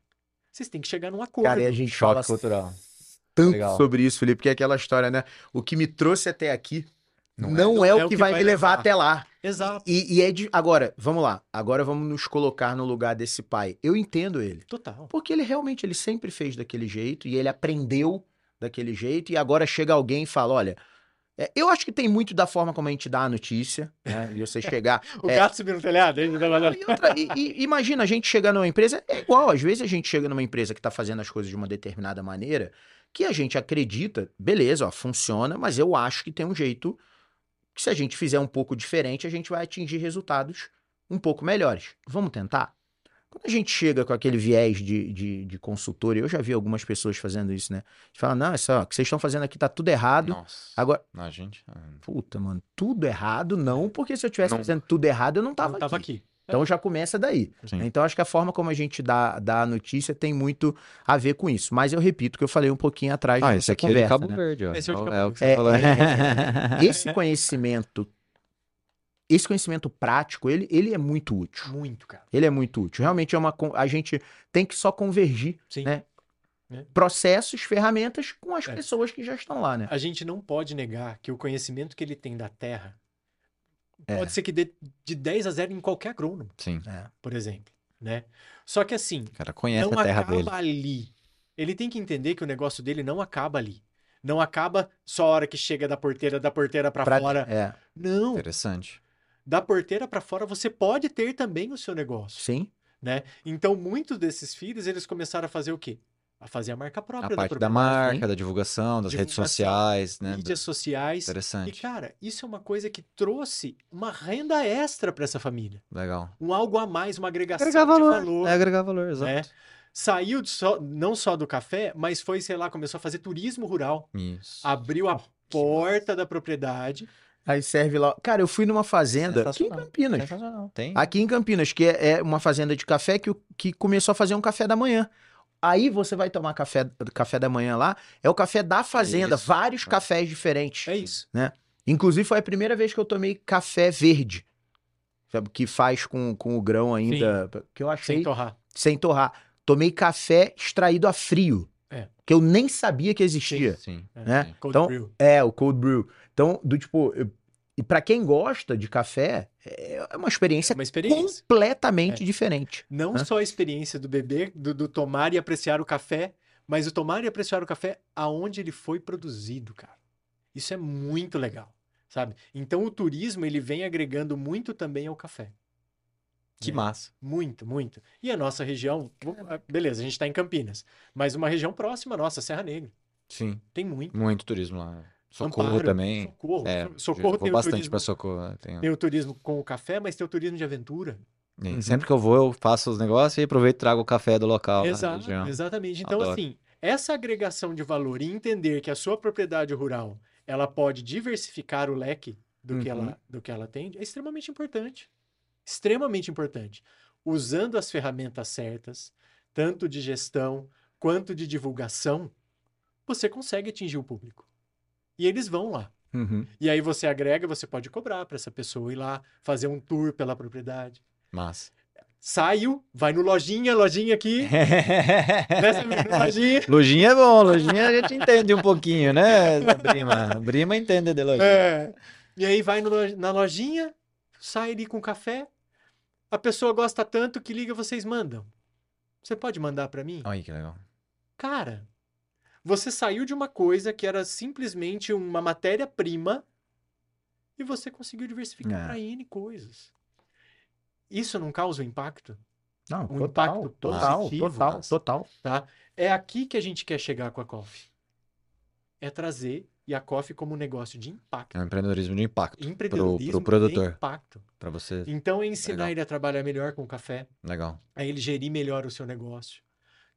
Speaker 3: vocês têm que chegar num acordo.
Speaker 1: Cara, e a gente
Speaker 2: Choque
Speaker 1: fala
Speaker 2: cultural.
Speaker 1: tanto
Speaker 2: Legal.
Speaker 1: sobre isso, Felipe, porque é aquela história, né? O que me trouxe até aqui não,
Speaker 2: Não é.
Speaker 1: é, o que vai me levar até lá.
Speaker 3: Exato,
Speaker 1: E, e é de. Agora, vamos lá. Agora vamos nos colocar no lugar desse pai. Eu entendo ele.
Speaker 3: total.
Speaker 1: Porque ele realmente ele sempre fez daquele jeito e ele aprendeu daquele jeito. E agora chega alguém e fala: olha, é, eu acho que tem muito da forma como a gente dá a notícia, né? E você chegar.
Speaker 3: O
Speaker 1: É.
Speaker 3: gato subiu no telhado. ele-
Speaker 1: Não, e outra- e- e imagina, a gente chegar numa empresa, é igual, às vezes a gente chega numa empresa que está fazendo as coisas de uma determinada maneira, que a gente acredita, beleza, ó, funciona, mas eu acho que tem um jeito que se a gente fizer um pouco diferente, a gente vai atingir resultados um pouco melhores. Vamos tentar? Quando a gente chega com aquele viés de, de, de consultor, e eu já vi algumas pessoas fazendo isso, né? Fala, não, isso ó, o que vocês estão fazendo aqui tá tudo errado.
Speaker 2: Nossa.
Speaker 1: Agora,
Speaker 2: Não, gente. ah,
Speaker 1: puta, mano, tudo errado não, porque se eu tivesse
Speaker 2: Não.
Speaker 1: fazendo tudo errado, eu não tava,
Speaker 3: Não tava
Speaker 1: aqui.
Speaker 3: aqui.
Speaker 1: Então já começa daí.
Speaker 2: Sim.
Speaker 1: Então, acho que a forma como a gente dá, dá a notícia tem muito a ver com isso. Mas eu repito o que eu falei um pouquinho atrás
Speaker 2: Ah,
Speaker 1: dessa
Speaker 2: esse aqui é de
Speaker 1: conversa,
Speaker 2: Cabo
Speaker 1: né?
Speaker 2: Verde, ó.
Speaker 3: Esse é o de
Speaker 2: Ó,
Speaker 3: Cabo
Speaker 2: é o que
Speaker 1: Verde.
Speaker 2: você falou.
Speaker 1: Esse conhecimento, esse conhecimento prático, ele, ele é muito útil.
Speaker 3: Muito, cara.
Speaker 1: Ele é muito útil. Realmente é uma. con- A gente tem que só convergir
Speaker 3: Sim.
Speaker 1: Né? processos, ferramentas com as
Speaker 3: É.
Speaker 1: pessoas que já estão lá, né?
Speaker 3: A gente não pode negar que o conhecimento que ele tem da terra
Speaker 1: É.
Speaker 3: pode ser que dê de 10 a 0 em qualquer agrônomo,
Speaker 2: Sim,
Speaker 3: por exemplo, né? Só que assim,
Speaker 2: o cara conhece
Speaker 3: não
Speaker 2: a É terra
Speaker 3: acaba
Speaker 2: dele.
Speaker 3: ali. Ele tem que entender que o negócio dele não acaba ali. Não acaba só a hora que chega da porteira, da porteira pra
Speaker 1: Pra-
Speaker 3: fora.
Speaker 1: É.
Speaker 3: Não,
Speaker 2: Interessante.
Speaker 3: da porteira pra fora você pode ter também o seu negócio,
Speaker 1: Sim.
Speaker 3: né? Então muitos desses filhos, eles começaram a fazer o quê? A fazer a marca
Speaker 2: A
Speaker 3: própria né, da
Speaker 2: parte da
Speaker 3: propriedade,
Speaker 2: marca, da divulgação, das redes
Speaker 3: Divulgação,
Speaker 2: sociais, né?
Speaker 3: mídias sociais, E,
Speaker 2: Interessante.
Speaker 3: cara, isso é uma coisa que trouxe uma renda extra para essa família.
Speaker 2: Legal.
Speaker 3: Um algo a mais, uma agregação
Speaker 2: Agregar
Speaker 3: de
Speaker 2: valor. né?
Speaker 3: valor.
Speaker 2: É agregar valor, exato.
Speaker 3: Saiu de só- não só do café, mas foi, sei lá, começou a fazer turismo rural.
Speaker 2: Isso.
Speaker 3: Abriu a porta da propriedade.
Speaker 1: Aí serve lá. Cara, eu fui numa fazenda aqui em
Speaker 2: Sensacional.
Speaker 1: Campinas.
Speaker 2: Sensacional. Tem.
Speaker 1: Aqui em Campinas, que é, é uma fazenda de café que, o- que começou a fazer um café da manhã. Aí você vai tomar café, café da manhã lá, é o café da fazenda,
Speaker 2: Isso.
Speaker 1: vários cafés diferentes.
Speaker 3: Ah. É isso.
Speaker 1: Inclusive, foi a primeira vez que eu tomei café verde. Sabe, que faz com, com o grão ainda. Que eu achei
Speaker 3: Sem torrar.
Speaker 1: sem torrar. Tomei café extraído a frio.
Speaker 3: É.
Speaker 1: Que eu nem sabia que existia.
Speaker 2: Sim.
Speaker 1: Né?
Speaker 2: sim.
Speaker 3: Cold
Speaker 1: Então,
Speaker 3: brew.
Speaker 1: É, o cold brew. Então, do tipo. eu- E pra quem gosta de café, é uma experiência
Speaker 3: Uma experiência. É.
Speaker 1: completamente diferente.
Speaker 3: Não
Speaker 1: Hã?
Speaker 3: só a experiência do beber, do, do tomar e apreciar o café, mas o tomar e apreciar o café aonde ele foi produzido, cara. Isso é muito legal, sabe? Então o turismo ele vem agregando muito também ao café.
Speaker 2: Que
Speaker 3: É.
Speaker 2: massa.
Speaker 3: Muito, muito. E a nossa região, vou- ah, beleza, a gente está em Campinas, mas uma região próxima nossa, Serra Negra,
Speaker 2: Sim.
Speaker 3: tem muito.
Speaker 2: Muito turismo lá. Socorro
Speaker 3: Amparo,
Speaker 2: também.
Speaker 3: Socorro.
Speaker 2: É,
Speaker 3: So- Socorro
Speaker 2: eu vou
Speaker 3: tem o
Speaker 2: bastante
Speaker 3: turismo,
Speaker 2: pra Socorro. né? Tem-
Speaker 3: tem o turismo com o café, mas tem o turismo de aventura.
Speaker 2: E
Speaker 1: Uhum.
Speaker 2: Sempre que eu vou, eu faço os negócios e aproveito e trago o café do local. lá da
Speaker 3: Exato,
Speaker 2: região.
Speaker 3: exatamente. Então,
Speaker 2: Adoro.
Speaker 3: assim, essa agregação de valor e entender que a sua propriedade rural ela pode diversificar o leque do, que,
Speaker 2: Uhum.
Speaker 3: ela, do que ela tem é extremamente importante. Extremamente importante. Usando as ferramentas certas, tanto de gestão quanto de divulgação, você consegue atingir o público. E eles vão lá.
Speaker 1: Uhum.
Speaker 3: E aí você agrega, você pode cobrar para essa pessoa ir lá, fazer um tour pela propriedade.
Speaker 2: Massa.
Speaker 3: Saiu, vai no lojinha, lojinha aqui, Nessa mesma magia.
Speaker 2: Lojinha é bom, lojinha a gente entende um pouquinho, né, Brima? Brima entende de lojinha.
Speaker 3: É. E aí vai no lo- na lojinha, sai ali com café. A pessoa gosta tanto que liga, vocês mandam. Você pode mandar pra mim?
Speaker 2: Olha que legal.
Speaker 3: Cara, você saiu de uma coisa que era simplesmente uma matéria-prima e você conseguiu diversificar
Speaker 1: É.
Speaker 3: pra N coisas. Isso não causa um impacto?
Speaker 1: Não,
Speaker 3: Um impacto
Speaker 1: total,
Speaker 3: positivo,
Speaker 1: total,
Speaker 2: mas-
Speaker 1: total.
Speaker 3: É aqui que a gente quer chegar com a Coffee. É trazer e a Coffee como um negócio de impacto.
Speaker 2: É um empreendedorismo de impacto pro,
Speaker 3: Empreendedorismo
Speaker 2: pro
Speaker 3: de
Speaker 2: produtor,
Speaker 3: impacto.
Speaker 2: pra você.
Speaker 3: Então é ensinar
Speaker 2: Legal.
Speaker 3: ele a trabalhar melhor com o café,
Speaker 2: Legal.
Speaker 3: a ele gerir melhor o seu negócio.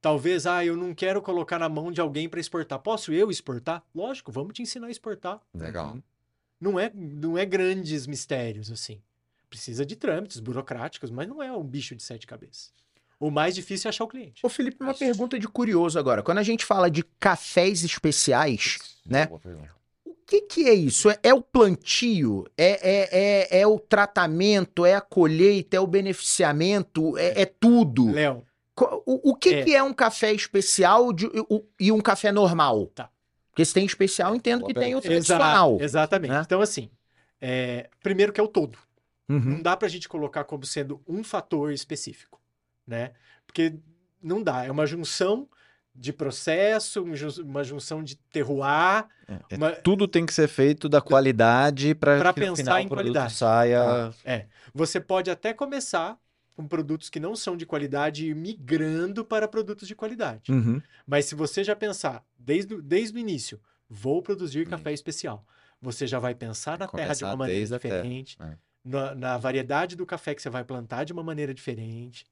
Speaker 3: Talvez, ah, eu não quero colocar na mão de alguém para exportar. Posso eu exportar? Lógico, vamos te ensinar a exportar. Uhum.
Speaker 2: Legal.
Speaker 3: Não é, não é grandes mistérios assim. Precisa de trâmites burocráticos, mas não é um bicho de sete cabeças. O mais difícil é achar o cliente.
Speaker 1: Ô, Felipe, uma pergunta de curioso agora. Quando a gente fala de cafés especiais, né?
Speaker 2: Boa pergunta.
Speaker 1: o que que é isso? É, é o plantio? É, é, é, é o tratamento? É a colheita? É o beneficiamento? É, é
Speaker 2: Uh,
Speaker 1: tudo?
Speaker 3: Léo,
Speaker 1: Co- O, o que,
Speaker 3: É.
Speaker 1: que é um café especial de- o- e um café normal?
Speaker 3: Tá.
Speaker 1: Porque se tem especial, entendo que
Speaker 2: Boa
Speaker 1: tem o
Speaker 2: pergunta.
Speaker 1: tradicional.
Speaker 3: exa- exatamente.
Speaker 1: né?
Speaker 3: Então, assim, é, primeiro que é o todo.
Speaker 1: Uhum.
Speaker 3: Não dá pra gente colocar como sendo um fator específico, né? Porque não dá, é uma junção de processo, um jus- uma junção de terroir,
Speaker 2: É, é-
Speaker 3: uma-
Speaker 2: Tudo tem que ser feito da qualidade pra,
Speaker 3: Pra
Speaker 2: que no
Speaker 3: pensar
Speaker 2: final
Speaker 3: em
Speaker 2: o produto
Speaker 3: qualidade. Ah.
Speaker 2: saia.
Speaker 3: você pode até começar com produtos que não são de qualidade e ir migrando para produtos de qualidade.
Speaker 2: Hum.
Speaker 1: Uhum.
Speaker 3: Mas se você já pensar desde, o- desde o início, vou produzir café especial, você já vai pensar na terra de
Speaker 2: Hum. Começar
Speaker 3: uma maneira
Speaker 2: desde a terra,
Speaker 3: diferente,
Speaker 2: né?
Speaker 3: na, na variedade do café que você vai plantar de uma maneira diferente,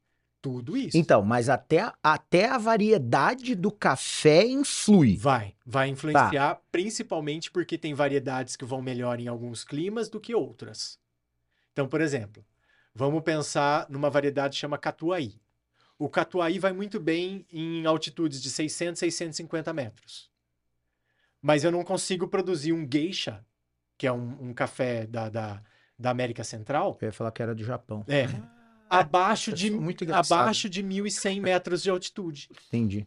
Speaker 3: tudo isso.
Speaker 1: Então, mas até, até a variedade do café influi.
Speaker 3: Vai, vai
Speaker 1: Tá.
Speaker 3: influenciar, principalmente porque tem variedades que vão melhor em alguns climas do que outras. Então, por exemplo, vamos pensar numa variedade que chama Catuai. O Catuai vai muito bem em altitudes de 600, 650 metros. Mas eu não consigo produzir um geisha, que é um, um café da, da, da América Central,
Speaker 1: Eu ia falar que era do Japão.
Speaker 3: é, abaixo de,
Speaker 1: Eu sou muito engraçado.
Speaker 3: abaixo de 1.100 metros de altitude.
Speaker 1: Entendi.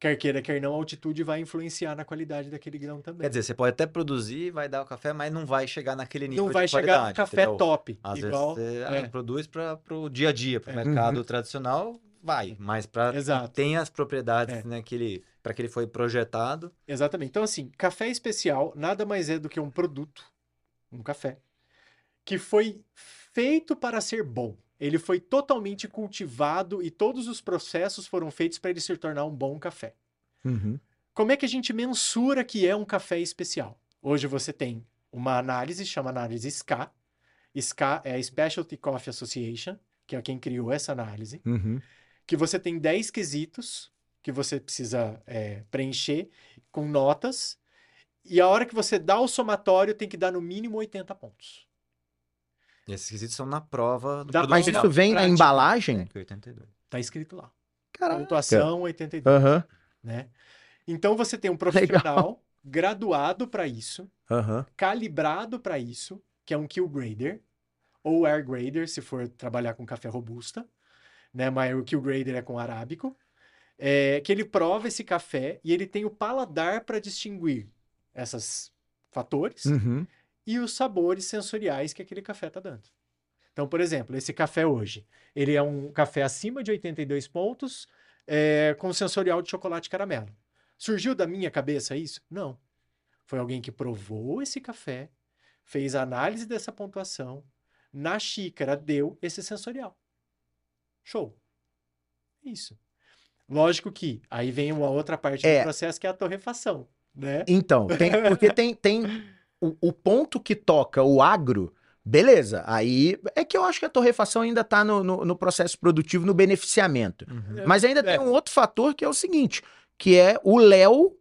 Speaker 3: Quer queira, quer não, a altitude vai influenciar na qualidade daquele grão também.
Speaker 2: Quer dizer, você pode até produzir, vai dar o café, mas não vai chegar naquele É nível
Speaker 3: não vai
Speaker 2: de
Speaker 3: chegar
Speaker 2: qualidade.
Speaker 3: no café
Speaker 2: entendeu?
Speaker 3: top.
Speaker 2: Às
Speaker 3: igual.
Speaker 2: vezes você ah,
Speaker 3: é.
Speaker 2: produz para o dia a dia, para o
Speaker 3: É.
Speaker 2: mercado tradicional, vai, mas para
Speaker 3: Exato.
Speaker 2: tem as propriedades
Speaker 3: É.
Speaker 2: né, que ele, para que ele foi projetado.
Speaker 3: Exatamente. Então, assim, café especial nada mais é do que um produto, um café, que foi feito para ser bom. Ele foi totalmente cultivado e todos os processos foram feitos para ele se tornar um bom café.
Speaker 1: Uhum,
Speaker 3: Como é que a gente mensura que é um café especial? Hoje você tem uma análise, chama análise SCA.
Speaker 1: uhum.
Speaker 3: SCA é a Specialty Coffee Association, que é quem criou essa análise. que você tem 10 quesitos que você precisa é, preencher com notas, e a hora que você dá o somatório tem que dar no mínimo 80 pontos.
Speaker 2: E esses quesitos são na prova do
Speaker 3: Dá-
Speaker 2: produto É,
Speaker 1: Mas
Speaker 3: Não,
Speaker 1: isso
Speaker 3: não,
Speaker 1: vem na
Speaker 3: prática.
Speaker 1: embalagem?
Speaker 2: técnico, 82.
Speaker 3: Tá escrito lá.
Speaker 1: Caraca.
Speaker 3: Pontuação 82.
Speaker 1: Aham.
Speaker 3: né? Então você tem um profissional graduado para isso,
Speaker 1: Aham.
Speaker 3: calibrado para isso, que é um kill grader ou air grader, se for trabalhar com café robusta, né? Mas o kill grader é com arábico, é, que ele prova esse café e ele tem o paladar para distinguir esses fatores
Speaker 1: Uhum.
Speaker 3: e os sabores sensoriais que aquele café está dando. Então, por exemplo, esse café hoje, ele é um café acima de 82 pontos, é, com sensorial de chocolate caramelo. Surgiu da minha cabeça isso? Não. Foi alguém que provou esse café, fez a análise dessa pontuação, na xícara deu esse sensorial. Show. É Isso. Lógico que aí vem uma outra parte
Speaker 1: É.
Speaker 3: do processo que é a torrefação, né?
Speaker 1: Então, tem, porque tem, tem o, o ponto que toca o agro, beleza. Aí é que eu acho que a torrefação ainda está no, no- no processo produtivo, no beneficiamento.
Speaker 2: Uhum.
Speaker 1: Mas ainda tem
Speaker 3: É.
Speaker 1: um outro fator que é o seguinte, que é o Léo,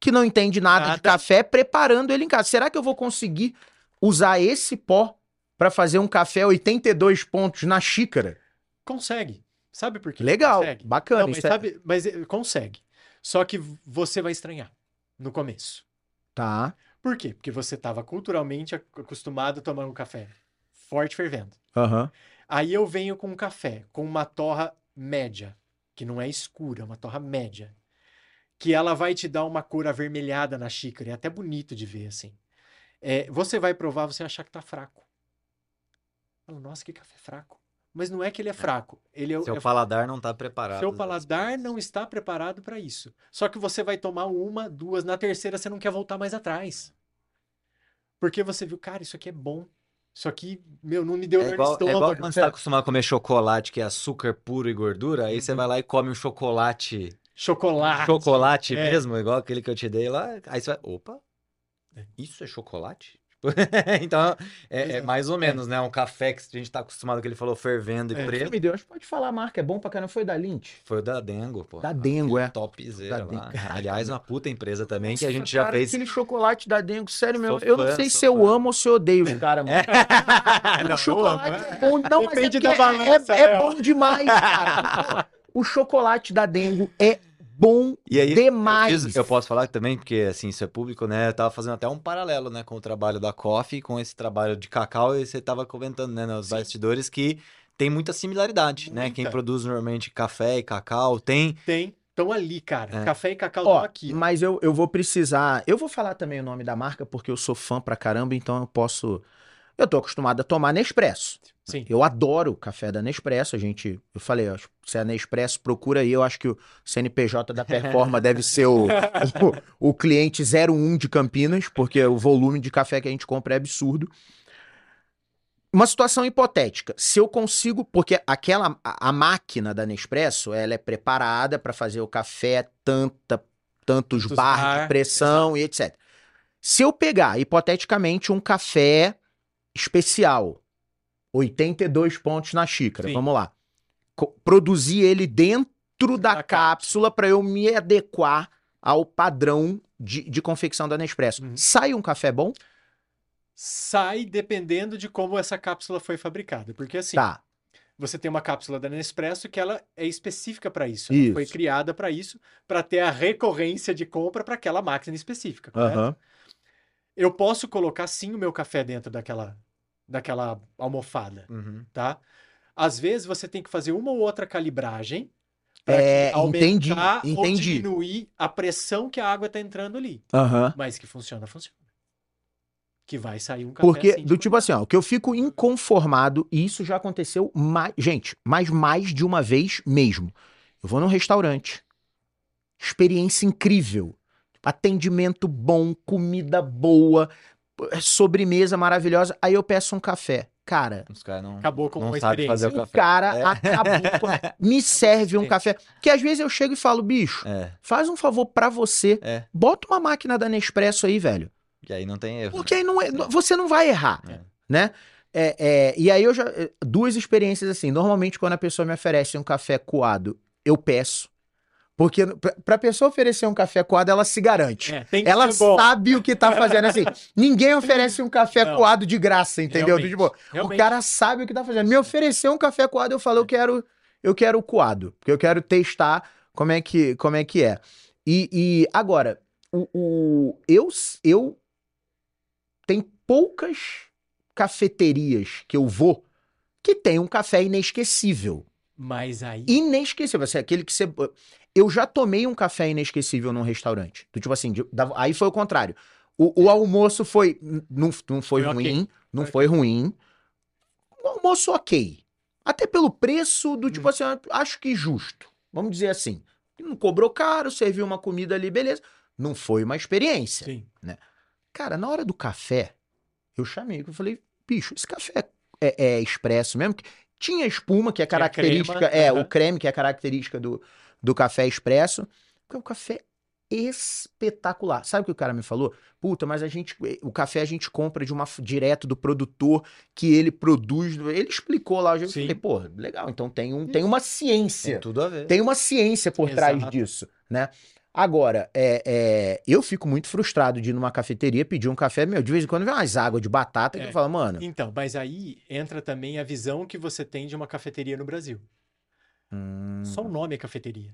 Speaker 1: que não entende nada, de
Speaker 3: Nada.
Speaker 1: café, preparando ele em casa. Será que eu vou conseguir usar esse pó para fazer um café 82 pontos na xícara?
Speaker 3: Consegue. Sabe por quê?
Speaker 1: Legal,
Speaker 3: Consegue.
Speaker 1: bacana.
Speaker 3: Não, mas
Speaker 1: isso é-
Speaker 3: sabe, mas eh, consegue. Só que v- você vai estranhar no começo.
Speaker 1: Tá.
Speaker 3: Por quê? Porque você estava culturalmente ac- acostumado a tomar um café forte fervendo.
Speaker 1: Aham.
Speaker 3: Aí eu venho com um café com uma torra média, que não é escura, é uma torra média, que ela vai te dar uma cor avermelhada na xícara, é até bonito de ver assim. É, você vai provar, você vai achar que tá fraco. Fala, Nossa, que café fraco. Mas não é que ele é fraco, ele é,
Speaker 2: Seu
Speaker 3: é
Speaker 2: paladar não tá preparado.
Speaker 3: seu
Speaker 2: né?
Speaker 3: paladar não está preparado para isso. Só que você vai tomar uma, duas, na terceira você não quer voltar mais atrás. Porque você viu, cara, isso aqui é bom. Isso aqui, meu, não me deu
Speaker 2: É
Speaker 3: dor no
Speaker 2: igual, é igual
Speaker 3: estômago. né?
Speaker 2: quando você tá acostumado a comer chocolate, que é açúcar puro e gordura, aí você
Speaker 3: Uhum.
Speaker 2: vai lá e come um chocolate.
Speaker 3: Chocolate.
Speaker 2: chocolate
Speaker 3: é.
Speaker 2: mesmo, igual aquele que eu te dei lá. Aí você vai, opa, isso é chocolate? Tipo, então, é, é
Speaker 3: Exato.
Speaker 2: mais ou menos, né? Um café que a gente tá acostumado, que ele falou fervendo e
Speaker 3: É.
Speaker 2: preto.
Speaker 1: Me Deus, pode falar a marca, é bom pra caramba. Foi da Lint?
Speaker 2: Foi o da Dengo, pô.
Speaker 1: Da Dengo, é.
Speaker 2: Topzera
Speaker 1: Da
Speaker 2: lá.
Speaker 1: Dengo.
Speaker 2: Aliás, uma puta empresa também, que a
Speaker 1: Nossa,
Speaker 2: gente já
Speaker 1: cara,
Speaker 2: fez.
Speaker 1: Aquele chocolate da Dengo, sério mesmo.
Speaker 2: Sou
Speaker 1: eu não
Speaker 2: fã,
Speaker 1: sei
Speaker 2: sou
Speaker 1: se eu
Speaker 2: fã. É,
Speaker 1: amo ou se eu odeio os caras, mano.
Speaker 3: Não,
Speaker 1: o
Speaker 3: eu
Speaker 1: chocolate
Speaker 3: amo,
Speaker 1: é bom. Não, mas
Speaker 3: Depende
Speaker 1: é porque
Speaker 3: da
Speaker 1: é-
Speaker 3: balança,
Speaker 1: é, é
Speaker 3: né?
Speaker 1: bom demais, cara. O chocolate da Dengo é bom
Speaker 2: E aí,
Speaker 1: demais.
Speaker 2: Fiz- eu posso falar também, porque assim, isso é público, né? Eu tava fazendo até um paralelo, né, com o trabalho da Coffee, com esse trabalho de cacau, e você tava comentando, né, nos bastidores, que tem muita similaridade, né? Quem
Speaker 3: Muita.
Speaker 2: produz normalmente café e cacau tem.
Speaker 3: Tem. Estão ali, cara.
Speaker 2: É.
Speaker 3: Café e cacau estão
Speaker 1: Ó, hum,
Speaker 3: aqui.
Speaker 1: mas eu, eu vou precisar. Eu vou falar também o nome da marca, porque eu sou fã pra caramba, então eu posso. Eu tô acostumado a tomar Nespresso.
Speaker 3: Sim.
Speaker 1: Eu adoro o café da Nespresso. A gente, eu falei, ó, se a Nespresso procura aí, eu acho que o CNPJ da Performa deve ser o, o, o cliente 01 de Campinas, porque o volume de café que a gente compra é absurdo. Uma situação hipotética. Se eu consigo, porque aquela a, a máquina da Nespresso, ela é preparada para fazer o café tanta tantos
Speaker 3: Tantos
Speaker 1: bar, de
Speaker 3: bar,
Speaker 1: pressão e etc. Se eu pegar hipoteticamente um café especial, 82 pontos na xícara,
Speaker 3: Sim.
Speaker 1: vamos lá. Co- produzir ele dentro da,
Speaker 3: Da
Speaker 1: cápsula para eu me adequar ao padrão de, de confecção da Nespresso.
Speaker 3: Uhum.
Speaker 1: Sai um café bom?
Speaker 3: Sai dependendo de como essa cápsula foi fabricada. Porque assim,
Speaker 1: Tá.
Speaker 3: você tem uma cápsula da Nespresso que ela é específica para isso. Ela foi
Speaker 1: Isso.
Speaker 3: criada para isso, para ter a recorrência de compra para aquela máquina específica. correto?
Speaker 1: Aham.
Speaker 3: Eu posso colocar sim o meu café dentro daquela, daquela almofada, tá? Às vezes você tem que fazer uma ou outra calibragem para
Speaker 1: É, entendi,
Speaker 3: aumentar ou
Speaker 1: entendi.
Speaker 3: diminuir a pressão que a água está entrando ali.
Speaker 1: Aham.
Speaker 3: Mas que funciona, funciona. Que vai sair um café
Speaker 1: Porque,
Speaker 3: assim,
Speaker 1: do tipo assim, ó, o que eu fico inconformado, e isso já aconteceu mais. Gente, mas mais de uma vez mesmo. Eu vou num restaurante. Experiência incrível. Atendimento bom, comida boa, é sobremesa maravilhosa. Aí eu peço um café. Cara,
Speaker 2: Os caras
Speaker 1: tipo,
Speaker 2: não,
Speaker 3: acabou com
Speaker 2: não
Speaker 3: uma
Speaker 2: sabem fazer
Speaker 3: experiência.
Speaker 2: o
Speaker 1: o
Speaker 2: café.
Speaker 1: cara
Speaker 2: É.
Speaker 1: acabou. com- Me serve um café. Porque às vezes eu chego e falo, bicho,
Speaker 2: É,
Speaker 1: faz um favor pra você.
Speaker 2: É.
Speaker 1: Bota uma máquina da Nespresso aí, velho.
Speaker 2: e aí não tem erro.
Speaker 1: Porque
Speaker 2: né?
Speaker 1: aí não é- não- você não vai errar,
Speaker 2: É.
Speaker 1: né? eh, É, é, e aí eu já. é, Duas experiências assim. Normalmente, quando a pessoa me oferece um café coado eu peço. Porque pra- pra pessoa oferecer um café coado, ela se garante.
Speaker 3: É, tem que
Speaker 1: Ela
Speaker 3: ser bom.
Speaker 1: sabe o que tá fazendo. Assim, ninguém oferece um café
Speaker 3: Não.
Speaker 1: coado de graça, entendeu?
Speaker 3: Realmente,
Speaker 1: Tipo, o
Speaker 3: realmente.
Speaker 1: cara sabe o que tá fazendo. Me ofereceu um café coado, eu falo, eu quero, eu quero o coado, porque eu quero testar como é que, como é, que é. E, e agora, o, o- eu, eu tem poucas cafeterias que eu vou que tem um café inesquecível.
Speaker 3: Mas aí.
Speaker 1: Inesquecível, assim, aquele que você. Eu já tomei um café inesquecível num restaurante. Do tipo assim, de- da- aí foi o contrário. O, o almoço foi. n- Não, não foi,
Speaker 3: É. Foi ok.
Speaker 1: ruim. Não
Speaker 3: Foi
Speaker 1: foi ruim. Um almoço ok. Até pelo preço do
Speaker 3: Hum.
Speaker 1: tipo assim, acho que justo. Vamos dizer assim. Não cobrou caro, serviu uma comida ali, beleza. Não foi uma experiência.
Speaker 3: Sim.
Speaker 1: Cara, na hora do café, eu chamei, eu falei, bicho, esse café é, é expresso mesmo? Que- Tinha espuma, que é
Speaker 3: Tinha
Speaker 1: característica,
Speaker 3: crema,
Speaker 1: é,
Speaker 3: aham.
Speaker 1: o creme, que é característica do, do café expresso. É um café espetacular. Sabe o que o cara me falou? Puta, mas a gente, eh, o café a gente compra de uma, direto do produtor que ele produz. Ele explicou lá, eu
Speaker 3: Sim.
Speaker 1: falei, pô, legal, então tem, um, tem uma ciência.
Speaker 2: Tem tudo a ver.
Speaker 1: Tem uma ciência por trás
Speaker 3: Exato.
Speaker 1: disso, né? Agora, é, é, eu fico muito frustrado de ir numa cafeteria pedir um café, meu, de vez em quando vem umas águas de batata que
Speaker 3: É.
Speaker 1: eu falo, mano,
Speaker 3: Então, mas aí entra também a visão que você tem de uma cafeteria no Brasil.
Speaker 1: hum,
Speaker 3: Só o nome é cafeteria.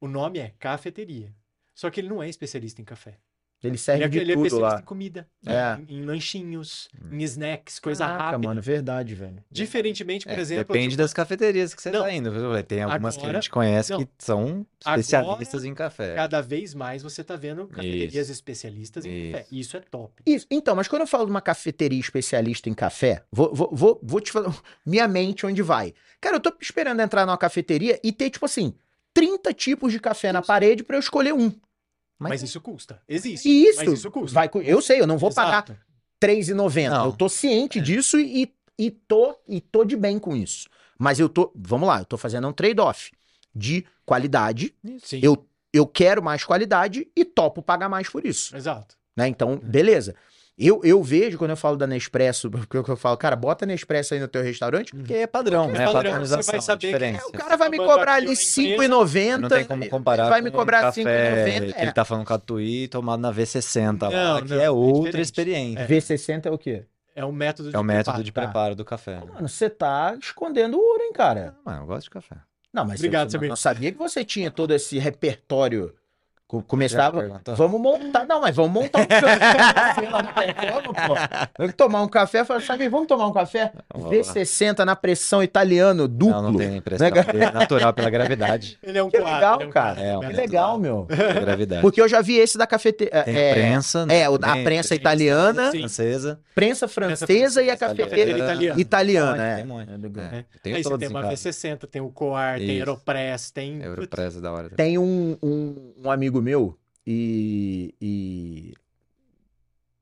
Speaker 3: O nome é cafeteria. Só que ele não é especialista em café.
Speaker 1: ele
Speaker 3: Ele
Speaker 1: serve
Speaker 3: é,
Speaker 1: de
Speaker 3: ele é
Speaker 1: tudo
Speaker 3: especialista
Speaker 1: lá.
Speaker 3: em comida, né?
Speaker 1: É. Hum.
Speaker 3: em, em lanchinhos, em snacks, coisa
Speaker 1: Caraca,
Speaker 3: rápida.
Speaker 1: mano, verdade, velho.
Speaker 3: Diferentemente, por
Speaker 2: É,
Speaker 3: exemplo,
Speaker 2: depende
Speaker 3: de-
Speaker 2: das cafeterias que você
Speaker 3: Não.
Speaker 2: está indo. Tem algumas que
Speaker 3: Agora-
Speaker 2: a gente conhece
Speaker 3: não.
Speaker 2: que são
Speaker 3: Agora-
Speaker 2: especialistas em café.
Speaker 3: cada vez mais você está vendo cafeterias especialistas em café.
Speaker 2: Isso.
Speaker 3: Isso é top.
Speaker 1: Isso, então, mas quando eu falo de uma cafeteria especialista em café, vou, vou, vou, vou te falar, minha mente onde vai. Cara, eu tô esperando entrar numa cafeteria e ter, tipo assim, 30 tipos de café na parede pra eu escolher um.
Speaker 3: Mas, isso custa. Existe.
Speaker 1: E isso,
Speaker 3: mas isso custa.
Speaker 1: vai, cu- eu sei, eu não vou pagar
Speaker 3: Exato.
Speaker 1: 3,90.
Speaker 2: Não. É.
Speaker 1: Eu tô ciente disso e, e, tô, e tô de bem com isso. Mas eu tô, vamos lá, eu tô fazendo um trade-off de qualidade.
Speaker 3: Sim,
Speaker 1: Eu, eu quero mais qualidade e topo pagar mais por isso.
Speaker 3: exato.
Speaker 1: Né?
Speaker 2: É.
Speaker 1: Então, beleza. Eu, eu vejo quando eu falo da Nespresso, porque eu falo, cara, bota Nespresso aí no teu restaurante,
Speaker 3: Uhum.
Speaker 1: porque
Speaker 2: Porque é padrão,
Speaker 3: Porque é
Speaker 2: né?
Speaker 3: padrão,
Speaker 2: Padronização,
Speaker 3: você vai saber que- é
Speaker 2: diferença.
Speaker 1: o cara vai me
Speaker 3: Acabando
Speaker 1: cobrar
Speaker 3: aqui
Speaker 1: ali
Speaker 3: na empresa,
Speaker 2: não tem como
Speaker 1: 5,90.
Speaker 2: comparar
Speaker 1: vai me
Speaker 2: com
Speaker 1: cobrar
Speaker 2: um café
Speaker 1: 5,90,
Speaker 2: que ele
Speaker 1: é.
Speaker 2: tá falando catuí tomado na V60 lá,
Speaker 3: Não,
Speaker 2: que
Speaker 3: não,
Speaker 2: é
Speaker 3: é
Speaker 2: outra
Speaker 3: diferente.
Speaker 2: experiência.
Speaker 1: V60 é o quê?
Speaker 3: É um método de
Speaker 2: É o método
Speaker 3: preparo.
Speaker 2: de
Speaker 1: tá.
Speaker 2: preparo do café. né?
Speaker 1: Mano, você tá escondendo ouro, hein, cara?
Speaker 2: Ah, Mano, eu gosto de café.
Speaker 1: Não, mas
Speaker 3: Obrigado,
Speaker 1: eu,
Speaker 3: Samir.
Speaker 1: eu não sabia que você tinha todo esse repertório. Co-
Speaker 2: Já
Speaker 1: Começava,
Speaker 2: perguntou?
Speaker 1: Vamos montar. Não, mas vamos montar um café lá no Tecomo, pô. Vamos tomar um café. Fala, sabe, vamos tomar um café?
Speaker 2: Vamos lá.
Speaker 1: V60 na pressão italiano, duplo.
Speaker 2: Não, não tem impressão.
Speaker 1: Né,
Speaker 2: É natural pela gravidade.
Speaker 3: Ele é um
Speaker 1: Que
Speaker 3: quadro,
Speaker 1: legal,
Speaker 3: ele é um
Speaker 1: cara.
Speaker 3: quadro,
Speaker 2: É,
Speaker 1: Que
Speaker 3: né?
Speaker 1: legal, meu.
Speaker 2: Pela gravidade.
Speaker 1: Porque eu já vi esse da cafeteira.
Speaker 2: Tem
Speaker 1: É,
Speaker 2: prensa,
Speaker 1: é, o- a
Speaker 2: tem
Speaker 1: prensa italiana,
Speaker 3: Sim.
Speaker 2: francesa.
Speaker 1: prensa francesa e a cafeteira
Speaker 3: Cafeteira italiana.
Speaker 1: italiana,
Speaker 2: Tem
Speaker 1: é.
Speaker 2: um monte.
Speaker 1: É.
Speaker 2: É, eu tenho
Speaker 3: Aí você
Speaker 2: todos
Speaker 3: tem
Speaker 2: em
Speaker 3: uma
Speaker 2: casa.
Speaker 3: V60, tem o Coar, tem
Speaker 2: Isso.
Speaker 3: Aeropress, tem.
Speaker 2: Europress é da hora.
Speaker 1: Tem um, um, um amigo meu e, e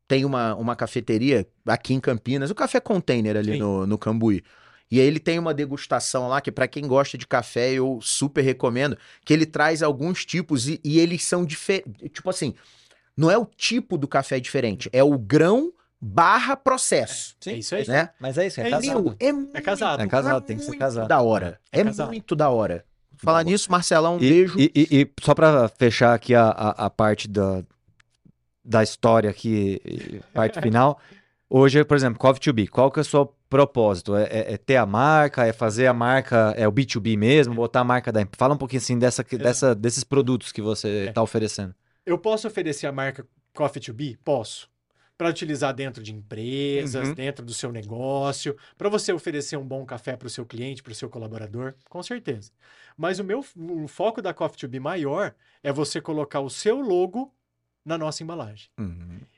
Speaker 1: tem uma, uma cafeteria aqui em Campinas, o Café Container ali
Speaker 3: Sim.
Speaker 1: no, no Cambuí. E aí ele tem uma degustação lá que pra quem gosta de café eu super recomendo, que ele traz alguns tipos e, e eles são diferentes, tipo assim, não é o tipo do café diferente, é o grão barra processo,
Speaker 3: É isso aí.
Speaker 1: né?
Speaker 2: Mas é isso, é,
Speaker 3: É
Speaker 2: casado.
Speaker 1: Meu, é muito,
Speaker 3: É casado.
Speaker 2: É casado, tem que ser
Speaker 1: muito
Speaker 2: casado.
Speaker 1: da hora,
Speaker 3: É
Speaker 1: é,
Speaker 3: casado.
Speaker 1: muito da hora. Falar
Speaker 2: Boa.
Speaker 1: nisso, Marcelão, um
Speaker 2: E-
Speaker 1: beijo.
Speaker 2: E, e- e só pra fechar aqui a, a, a parte da, da história aqui, e- parte final. Hoje, por exemplo, Coffee to Be, qual que é o seu propósito? É, é- é ter a marca, é fazer a marca, é o B2B mesmo, botar a marca da... em- Fala um pouquinho assim dessa, que-
Speaker 3: Exato.
Speaker 2: dessa, desses produtos que você
Speaker 3: É.
Speaker 2: tá oferecendo.
Speaker 3: Eu posso oferecer a marca Coffee to Be? Posso. Para utilizar dentro de empresas,
Speaker 2: Uhum.
Speaker 3: dentro do seu negócio, para você oferecer um bom café para o seu cliente, para o seu colaborador, com certeza. Mas o meu o foco da Coffee to Be maior é você colocar o seu logo na nossa embalagem.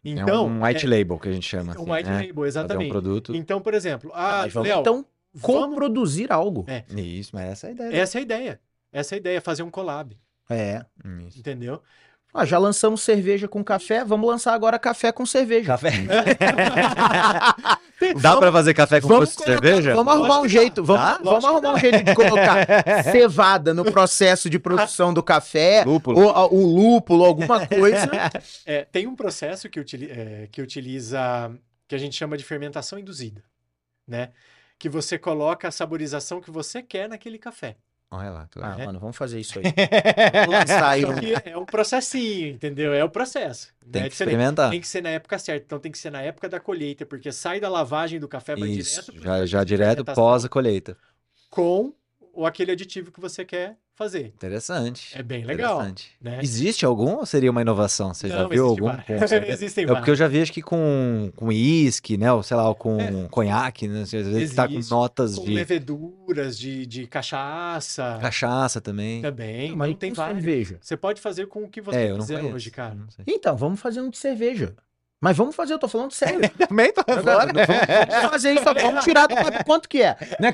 Speaker 3: Então,
Speaker 2: é um white label que a gente chama.
Speaker 3: é
Speaker 2: assim,
Speaker 3: um white
Speaker 2: né?
Speaker 3: label,
Speaker 2: Fazer um
Speaker 3: exatamente.
Speaker 2: produto.
Speaker 3: Então, por exemplo,
Speaker 1: Ah,
Speaker 3: ah,
Speaker 1: mas vamos
Speaker 3: Léo,
Speaker 1: então
Speaker 3: vamos-
Speaker 1: coproduzir algo.
Speaker 3: É.
Speaker 2: Isso, mas essa é a ideia.
Speaker 3: essa é a ideia. Essa é a ideia, fazer um collab,
Speaker 1: É.
Speaker 2: Isso.
Speaker 3: entendeu?
Speaker 1: Ah, já lançamos cerveja com café, vamos lançar agora café com cerveja.
Speaker 2: Café. Dá pra fazer café com gosto de
Speaker 1: colocar-
Speaker 2: cerveja?
Speaker 1: vamos arrumar um jeito,
Speaker 3: Tá?
Speaker 1: vamos,
Speaker 2: Dá?
Speaker 1: vamos arrumar um jeito de colocar cevada no processo de produção do café,
Speaker 2: Lúpulo.
Speaker 1: ou a- o lúpulo, alguma coisa.
Speaker 3: É, tem um processo que, utili- é, que utiliza, que a gente chama de fermentação induzida, né? Que você coloca a saborização que você quer naquele café.
Speaker 2: Olha lá, que
Speaker 1: Ah,
Speaker 2: legal.
Speaker 1: mano, vamos fazer isso aí.
Speaker 2: É,
Speaker 1: Vamos lançar aí
Speaker 3: Só
Speaker 1: um-
Speaker 3: que é um processinho, entendeu? É o processo.
Speaker 2: né? Tem
Speaker 3: né?
Speaker 2: que
Speaker 3: diferente.
Speaker 2: experimentar.
Speaker 3: Tem que ser na época certa, então tem que ser na época da colheita, porque sai da lavagem do café, vai
Speaker 2: Isso,
Speaker 3: direto pro
Speaker 2: já, é
Speaker 3: processo
Speaker 2: já
Speaker 3: de
Speaker 2: direto
Speaker 3: fermentação
Speaker 2: pós a colheita.
Speaker 3: com o aquele aditivo que você quer fazer.
Speaker 2: Interessante.
Speaker 3: É bem legal,
Speaker 2: Interessante.
Speaker 3: né?
Speaker 2: Existe algum ou seria uma inovação? Você já
Speaker 3: Não,
Speaker 2: viu
Speaker 3: existe
Speaker 2: algum?
Speaker 3: vários.
Speaker 2: Com certeza.
Speaker 3: Existem
Speaker 2: É porque eu
Speaker 3: vários.
Speaker 2: já vi, acho que com, com uísque, né? Ou sei lá, ou com conhaque, né? Às vezes tá com
Speaker 3: É. Existe.
Speaker 2: notas
Speaker 3: Com
Speaker 2: de
Speaker 3: leveduras de, de cachaça
Speaker 2: cachaça também.
Speaker 3: também.
Speaker 1: Mas
Speaker 3: Não tem
Speaker 1: com
Speaker 3: vários.
Speaker 1: cerveja.
Speaker 3: Você pode fazer com o que você
Speaker 2: É, eu não
Speaker 3: quiser
Speaker 2: conheço.
Speaker 3: hoje, cara.
Speaker 2: Não sei.
Speaker 1: Então, vamos fazer um de cerveja. Mas vamos fazer, eu tô falando sério.
Speaker 2: Também tá
Speaker 1: Agora, não vamos, vamos fazer isso, vamos tirar do papel quanto que é. Né,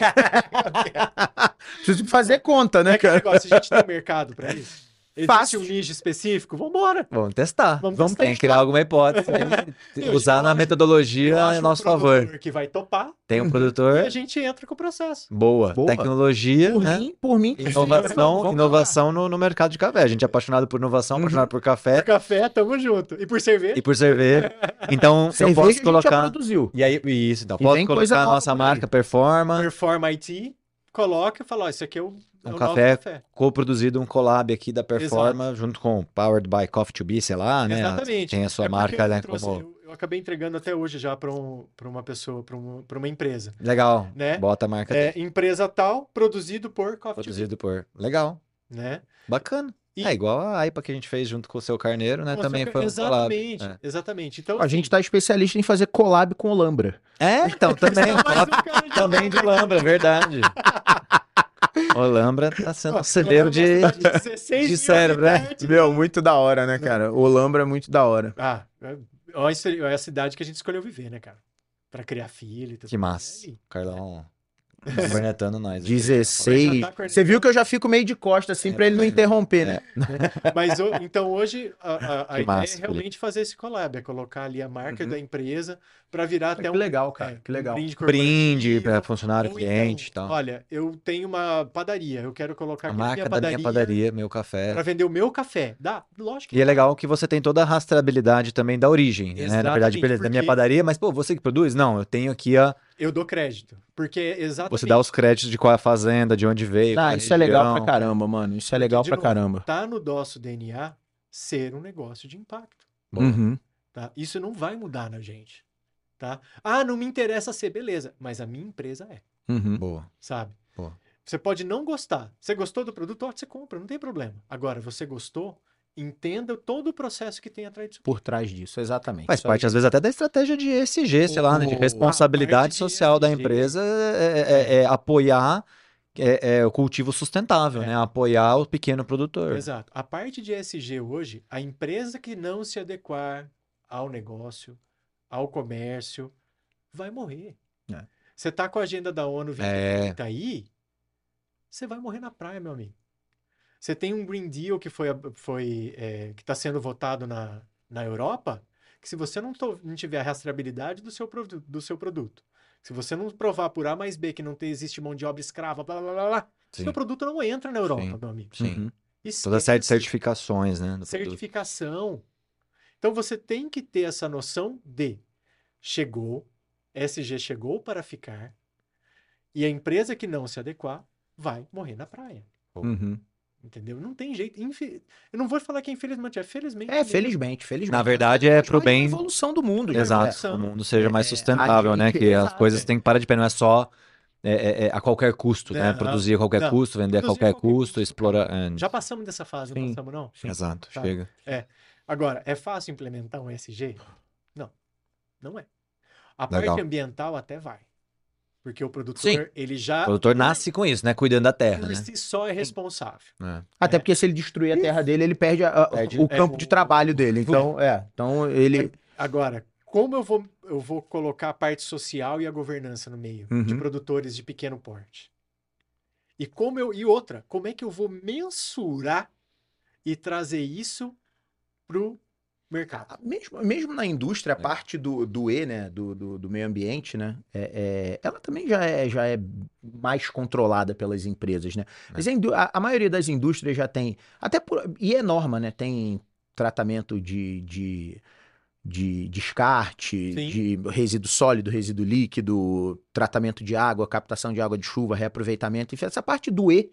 Speaker 1: cara? Preciso fazer conta, né,
Speaker 3: É que
Speaker 1: cara?
Speaker 3: negócio, a gente tem mercado pra isso. Existe
Speaker 1: Fácil.
Speaker 3: um nicho específico? Vambora!
Speaker 2: Vamos testar.
Speaker 3: Vamos
Speaker 2: Vamos
Speaker 3: testar.
Speaker 2: tem que criar alguma hipótese. tem que
Speaker 3: Eu
Speaker 2: Usar
Speaker 3: acho-
Speaker 2: na
Speaker 3: Eu
Speaker 2: metodologia
Speaker 3: acho
Speaker 2: é a
Speaker 3: um
Speaker 2: nosso
Speaker 3: produtor
Speaker 2: favor.
Speaker 3: que vai topar
Speaker 2: Tem um
Speaker 3: e
Speaker 2: produtor.
Speaker 3: a gente entra com o processo.
Speaker 2: Boa.
Speaker 1: Boa.
Speaker 2: Tecnologia,
Speaker 1: Por
Speaker 2: né?
Speaker 1: mim, por mim.
Speaker 3: Vamos
Speaker 2: Inovação,
Speaker 3: lá.
Speaker 2: inovação no, no mercado de café. A gente é apaixonado por inovação, apaixonado por
Speaker 3: Por
Speaker 2: café
Speaker 3: café, tamo junto. E por cerveja?
Speaker 2: e por cerveja. Então,
Speaker 1: Cerveja
Speaker 2: eu
Speaker 1: a gente
Speaker 2: posso
Speaker 1: já
Speaker 2: colocar.
Speaker 1: produziu.
Speaker 2: E aí, e isso, então,
Speaker 1: E
Speaker 2: posso
Speaker 1: tem coisa
Speaker 2: colocar a
Speaker 1: nova
Speaker 2: nossa
Speaker 1: por aí.
Speaker 2: marca Performa,
Speaker 3: Performa IT, coloca e fala: ó, isso aqui é o, é o
Speaker 2: Um
Speaker 3: novo
Speaker 2: café
Speaker 3: café.
Speaker 2: coproduzido um collab aqui da Performa, junto com Powered by Coffee to Be, sei lá, né?
Speaker 3: Exatamente.
Speaker 2: Tem a sua
Speaker 3: É porque
Speaker 2: marca,
Speaker 3: eu
Speaker 2: né?
Speaker 3: trouxe-
Speaker 2: Como...
Speaker 3: eu, eu acabei entregando até hoje já para uma pessoa, para uma empresa.
Speaker 2: Legal.
Speaker 3: Né?
Speaker 2: Bota a marca
Speaker 3: É, empresa tal, produzido por Coffee to
Speaker 2: produzido por. Legal.
Speaker 3: Be, né?
Speaker 2: Bacana.
Speaker 3: E-
Speaker 2: É igual a AIPA que a gente fez junto com o seu carneiro, né?
Speaker 3: Nossa,
Speaker 2: Também
Speaker 3: eu-
Speaker 2: foi um collab.
Speaker 3: Exatamente,
Speaker 2: É.
Speaker 3: exatamente. Então,
Speaker 1: A gente tá especialista em fazer collab com o Lambra.
Speaker 2: É, então, também.
Speaker 3: assim, mais
Speaker 2: collab
Speaker 3: um cara de-
Speaker 2: Também de Lambra, é verdade. O Lambra tá sendo um celeiro de,
Speaker 3: Uma cidade 16
Speaker 2: de
Speaker 3: mil
Speaker 2: cérebro, né?
Speaker 3: habitantes.
Speaker 1: É Meu, muito da hora, né, cara? O Lambra é muito da hora.
Speaker 3: Ah, é- ó, isso aí, ó, é a cidade que a gente escolheu viver, né, cara? Pra criar filho e tudo
Speaker 2: Que
Speaker 3: mais.
Speaker 2: massa.
Speaker 3: É ali.
Speaker 2: Carlão cornetando nós. aqui.
Speaker 1: 16.
Speaker 3: Já tá com-
Speaker 1: Você viu que eu já fico meio de costa, assim, pra ele não interromper, né?
Speaker 3: Mas o- então hoje a, a- a
Speaker 2: Que
Speaker 3: ideia
Speaker 2: massa,
Speaker 3: é
Speaker 2: Felipe.
Speaker 3: realmente fazer esse collab, é colocar ali a marca da empresa pra virar até
Speaker 1: Uhum. Que
Speaker 3: um,
Speaker 1: legal,
Speaker 3: é,
Speaker 1: cara. Que
Speaker 3: um
Speaker 1: legal.
Speaker 3: brinde
Speaker 2: Brinde
Speaker 3: corporativo.
Speaker 2: pra funcionário,
Speaker 3: Ou
Speaker 2: cliente e
Speaker 3: então,
Speaker 2: tal.
Speaker 3: Olha, eu tenho uma padaria, eu quero colocar
Speaker 2: A
Speaker 3: aqui
Speaker 2: marca da minha padaria, meu café.
Speaker 3: pra vender o meu café. Dá? Lógico que
Speaker 2: E é legal que você tem toda a rastreabilidade também da origem, né? Na verdade,
Speaker 3: Exatamente,
Speaker 2: beleza, da minha
Speaker 3: porque-
Speaker 2: padaria, mas pô, você que produz? Não, eu tenho aqui a.
Speaker 3: eu dou crédito. Porque é exatamente.
Speaker 2: Você dá os créditos de qual é a fazenda, de onde veio. qual
Speaker 1: Ah,
Speaker 2: a
Speaker 1: isso é legal pra
Speaker 2: região.
Speaker 1: caramba, mano. Isso é legal
Speaker 3: de
Speaker 1: pra
Speaker 3: novo.
Speaker 1: caramba.
Speaker 3: Tá no nosso DNA ser um negócio de impacto.
Speaker 2: Boa.
Speaker 1: Uhum.
Speaker 3: Tá? Isso não vai mudar na gente. Tá? Ah, não me interessa ser, beleza. Mas a minha empresa é,
Speaker 1: Uhum.
Speaker 2: Boa.
Speaker 3: sabe?
Speaker 2: Boa.
Speaker 3: Você pode não gostar. Você gostou do produto, ó, você compra, não tem problema. Agora, você gostou, entenda todo o processo que tem atrás disso.
Speaker 1: Por trás disso, exatamente.
Speaker 2: Faz
Speaker 1: Isso
Speaker 2: parte, às vezes, até da estratégia de ESG, sei lá, né? De
Speaker 1: O-
Speaker 3: a parte
Speaker 2: responsabilidade
Speaker 3: de
Speaker 2: social da
Speaker 3: ESG.
Speaker 2: empresa é, é- é apoiar é, é, o cultivo sustentável,
Speaker 3: É.
Speaker 2: né? Apoiar o pequeno produtor.
Speaker 3: Exato. A parte de ESG hoje, a empresa que não se adequar ao negócio, ao comércio, vai morrer.
Speaker 1: É.
Speaker 3: Você tá com a agenda da ONU 2030
Speaker 2: É,
Speaker 3: aí, você vai morrer na praia, meu amigo. Você tem um Green Deal que foi, ab- foi é, que está sendo votado na, na Europa, que se você não, to- não tiver a rastreabilidade do seu, produ- do seu produto, se você não provar por A mais B que não tem, existe mão de obra escrava, blá blá blá, blá
Speaker 2: sim,
Speaker 3: seu produto não entra na Europa,
Speaker 2: Sim.
Speaker 3: meu amigo.
Speaker 2: sim.
Speaker 1: Uhum.
Speaker 2: Toda a série de
Speaker 3: Esquece
Speaker 2: certificações, né? do produto.
Speaker 3: certificação. Então você tem que ter essa noção de chegou, SG chegou para ficar, e a empresa que não se adequar vai morrer na praia.
Speaker 1: Uhum.
Speaker 3: Entendeu? Não tem jeito. Infe- Eu não vou falar que infelizmente, é felizmente.
Speaker 1: É,
Speaker 3: mesmo.
Speaker 1: felizmente, felizmente.
Speaker 2: Na verdade, é pro
Speaker 1: Mas é a
Speaker 2: bem.
Speaker 1: evolução do
Speaker 3: né?
Speaker 1: mundo. gente.
Speaker 2: Exato, que
Speaker 3: evolução.
Speaker 2: o mundo seja mais
Speaker 1: É,
Speaker 2: sustentável,
Speaker 1: a
Speaker 2: né?
Speaker 1: gente-
Speaker 2: Que as
Speaker 1: exato,
Speaker 2: coisas
Speaker 1: é.
Speaker 2: têm que parar de pensar, não é só é, é, é, a qualquer custo, né?
Speaker 3: Não,
Speaker 2: Produzir a qualquer
Speaker 3: não.
Speaker 2: custo, vender a
Speaker 3: Produzir
Speaker 2: qualquer
Speaker 3: qualquer
Speaker 2: custo,
Speaker 3: custo,
Speaker 2: explorar. é,
Speaker 3: Já passamos dessa fase, não
Speaker 1: Sim.
Speaker 3: passamos, não?
Speaker 2: Exato,
Speaker 3: Tá.
Speaker 2: chega.
Speaker 3: Agora, é fácil implementar um SG? Não, não é. A
Speaker 2: Legal.
Speaker 3: parte ambiental até vai. Porque o produtor,
Speaker 2: Sim.
Speaker 3: ele já. tá.
Speaker 2: O produtor
Speaker 3: por-
Speaker 2: nasce com isso, né? Cuidando da terra,
Speaker 3: Por
Speaker 2: né?
Speaker 3: si só é responsável.
Speaker 2: É.
Speaker 1: Até
Speaker 3: É.
Speaker 1: porque se ele destruir a terra dele, ele perde, a- a-
Speaker 2: Perde-
Speaker 1: o
Speaker 2: é,
Speaker 1: campo
Speaker 3: o-
Speaker 1: de trabalho dele. Então, é. Então, ele.
Speaker 3: Agora, como eu vou, eu vou colocar a parte social e a governança no meio de
Speaker 1: Uhum.
Speaker 3: produtores de pequeno porte? E como eu e outra, como é que eu vou mensurar e trazer isso pro
Speaker 1: Ah,
Speaker 3: mercado?
Speaker 1: Mesmo, mesmo na indústria, a parte do, do E, né? Do, do, do meio ambiente, né? é- é- ela também já é, já é mais controlada pelas empresas, né? Mas a, indú- a- a maioria das indústrias já tem. Até por, e é norma, né? Tem tratamento de. de de descarte,
Speaker 3: Sim.
Speaker 1: de resíduo sólido, resíduo líquido, tratamento de água, captação de água de chuva, reaproveitamento, enfim, essa parte do E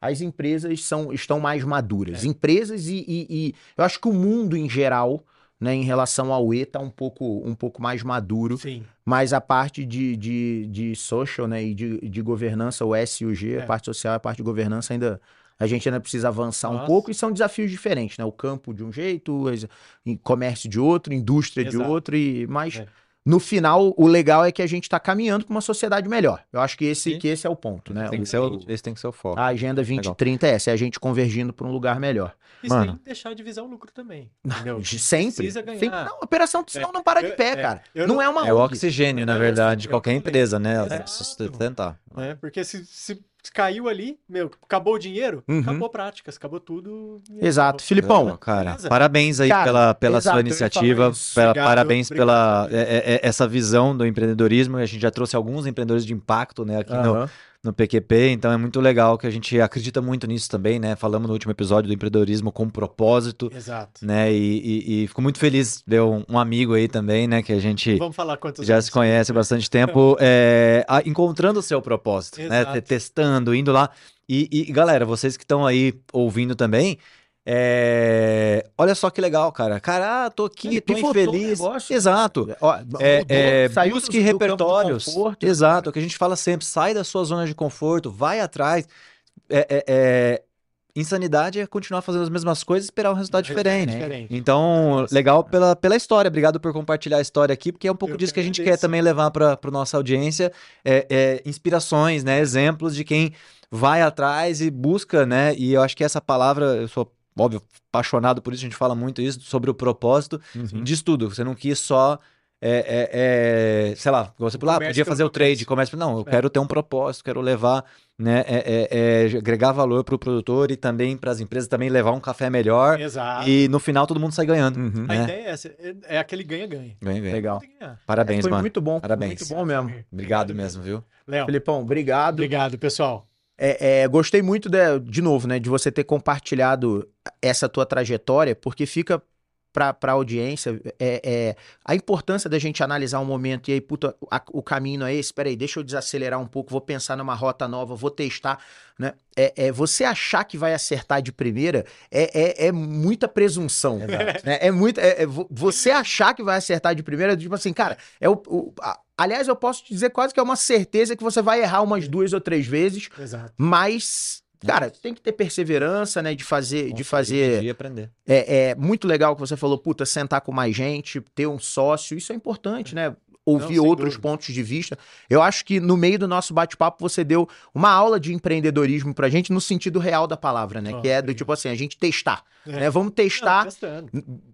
Speaker 1: as empresas são, estão mais maduras. Empresas e, e- e eu acho que o mundo em geral, né, em relação ao E, está um pouco, um pouco mais maduro.
Speaker 3: Sim.
Speaker 1: Mas a parte de, de, de social, né, e de, de governança, o S e o G,
Speaker 3: É.
Speaker 1: a parte social e a parte de governança ainda a gente ainda precisa avançar um
Speaker 3: Nossa.
Speaker 1: pouco e são desafios diferentes, né? O campo de um jeito, as- em comércio de outro, indústria de
Speaker 3: Exato.
Speaker 1: outro e mas
Speaker 3: É.
Speaker 1: no final o legal é que a gente está caminhando para uma sociedade melhor. Eu acho que esse
Speaker 2: Sim.
Speaker 1: que esse é o ponto, né?
Speaker 2: Tem
Speaker 1: O-
Speaker 2: que ser o- Ah, esse tem que ser o foco.
Speaker 1: a agenda 2030 é essa, é a gente convergindo para um lugar melhor.
Speaker 3: E
Speaker 2: Mano.
Speaker 3: sem deixar de visar o lucro também. entendeu?
Speaker 1: Sempre.
Speaker 3: Precisa ganhar.
Speaker 1: sempre- Não, a operação senão não para de
Speaker 3: Eu-
Speaker 1: pé,
Speaker 3: é,
Speaker 1: cara.
Speaker 3: eu
Speaker 1: não,
Speaker 3: não-
Speaker 1: é uma
Speaker 2: É o
Speaker 1: ONG.
Speaker 2: oxigênio, na
Speaker 3: Eu
Speaker 2: verdade, de
Speaker 3: também.
Speaker 2: qualquer empresa, né? Ela tem que
Speaker 1: É.
Speaker 3: Exato.
Speaker 2: se sustentar.
Speaker 3: né? Porque se, se caiu ali, meu, acabou o dinheiro,
Speaker 1: Uhum.
Speaker 3: acabou práticas, acabou tudo. e
Speaker 1: Exato.
Speaker 3: acabou.
Speaker 1: Filipão,
Speaker 2: Pô, Ah, cara,
Speaker 3: beleza.
Speaker 2: parabéns aí
Speaker 1: Cara,
Speaker 2: pela, pela
Speaker 1: exato, eu
Speaker 2: sua
Speaker 1: ia
Speaker 2: iniciativa,
Speaker 1: falar isso.
Speaker 2: pela-
Speaker 3: Obrigado,
Speaker 2: parabéns pela
Speaker 3: obrigado.
Speaker 2: é, é, é, essa visão do empreendedorismo. A gente já trouxe alguns empreendedores de impacto, né, aqui no,
Speaker 1: aham.
Speaker 2: no PQP, então é muito legal que a gente acredita muito nisso também, né? Falamos no último episódio do empreendedorismo com propósito,
Speaker 3: Exato.
Speaker 2: né? E, e, e fico muito feliz, deu um, um amigo aí também, né? Que a gente
Speaker 3: Vamos falar quantos
Speaker 2: já
Speaker 3: anos?
Speaker 2: se conhece há bastante
Speaker 1: Então.
Speaker 2: tempo, é, a- encontrando o seu propósito, né?
Speaker 3: Exato.
Speaker 2: te- Testando, indo lá. E, e, galera, vocês que estão aí ouvindo também, é, olha só que legal, cara. Cara, ah, tô aqui,
Speaker 1: Ele
Speaker 2: tô
Speaker 1: pivotou o
Speaker 2: infeliz.
Speaker 1: negócio.
Speaker 2: Exato.
Speaker 1: Ó,
Speaker 2: É,
Speaker 1: mudou,
Speaker 2: é,
Speaker 1: saiu
Speaker 2: busque
Speaker 1: do- do campo do
Speaker 2: repertórios.
Speaker 1: conforto.
Speaker 2: Exato, é o que a gente fala sempre: sai da sua zona de conforto, vai atrás. É, é, é, Insanidade é continuar fazendo as mesmas coisas e esperar um resultado
Speaker 1: né?
Speaker 2: diferente.
Speaker 3: É, Diferente.
Speaker 2: Então, legal pela, pela história. Obrigado por compartilhar a história aqui, porque é um pouco
Speaker 3: Eu
Speaker 2: disso que
Speaker 3: que
Speaker 2: a gente quer
Speaker 3: agradeço.
Speaker 2: também levar para a nossa audiência. É, é, inspirações, né? Exemplos de quem vai atrás e busca, né? E eu acho que essa palavra, eu sou, óbvio, apaixonado por isso, a gente fala muito isso, sobre o propósito
Speaker 1: Uhum.
Speaker 2: diz tudo. Você não quis só. É, é, é, sei lá, você ah,
Speaker 3: comércio
Speaker 2: podia fazer
Speaker 3: pelo
Speaker 2: o trade, comércio.
Speaker 3: comércio.
Speaker 2: Não, eu
Speaker 3: É.
Speaker 2: quero ter um propósito, quero levar, né, é, é, é, agregar valor para o produtor e também para as empresas, também levar um café melhor.
Speaker 3: Exato.
Speaker 2: E no final todo mundo sai ganhando.
Speaker 1: Uhum.
Speaker 3: A
Speaker 2: né?
Speaker 3: ideia é essa. é- É aquele ganha-ganha.
Speaker 2: Ganha, ganha.
Speaker 1: Legal.
Speaker 3: Tem que ganhar.
Speaker 2: Parabéns,
Speaker 1: É, Foi
Speaker 2: mano.
Speaker 1: muito bom. foi
Speaker 2: Parabéns.
Speaker 1: Muito bom mesmo.
Speaker 2: Obrigado mesmo, viu?
Speaker 3: Léo,
Speaker 1: Felipão, obrigado.
Speaker 3: obrigado, pessoal.
Speaker 1: É, é, gostei muito, de, de novo, né, de você ter compartilhado essa tua trajetória, porque fica para a audiência é, é, a importância da gente analisar um momento e aí, puta, a- o caminho é esse, peraí, deixa eu desacelerar um pouco, vou pensar numa rota nova, vou testar, né? É, é, você achar que vai acertar de primeira é, é, é muita presunção, né? É muito, é- é vo- você achar que vai acertar de primeira, tipo assim, cara, é o, o- a- aliás, eu posso te dizer quase que é uma certeza que você vai errar umas duas ou três vezes,
Speaker 3: Exato.
Speaker 1: mas, cara, tem que ter perseverança, né? De fazer. De fazer
Speaker 2: E aprender.
Speaker 1: é, é muito legal que você falou, puta, sentar com mais gente, ter um sócio, isso é importante, né? Ouvir
Speaker 3: sem
Speaker 1: outros
Speaker 3: dúvida.
Speaker 1: pontos de vista. Eu acho que no meio do nosso bate-papo você deu uma aula de empreendedorismo pra gente no sentido real da palavra, né?
Speaker 3: Ó,
Speaker 1: que é do
Speaker 3: obrigado.
Speaker 1: tipo assim, a gente testar.
Speaker 3: É.
Speaker 1: Né? Vamos
Speaker 3: Não,
Speaker 1: testar
Speaker 3: testando.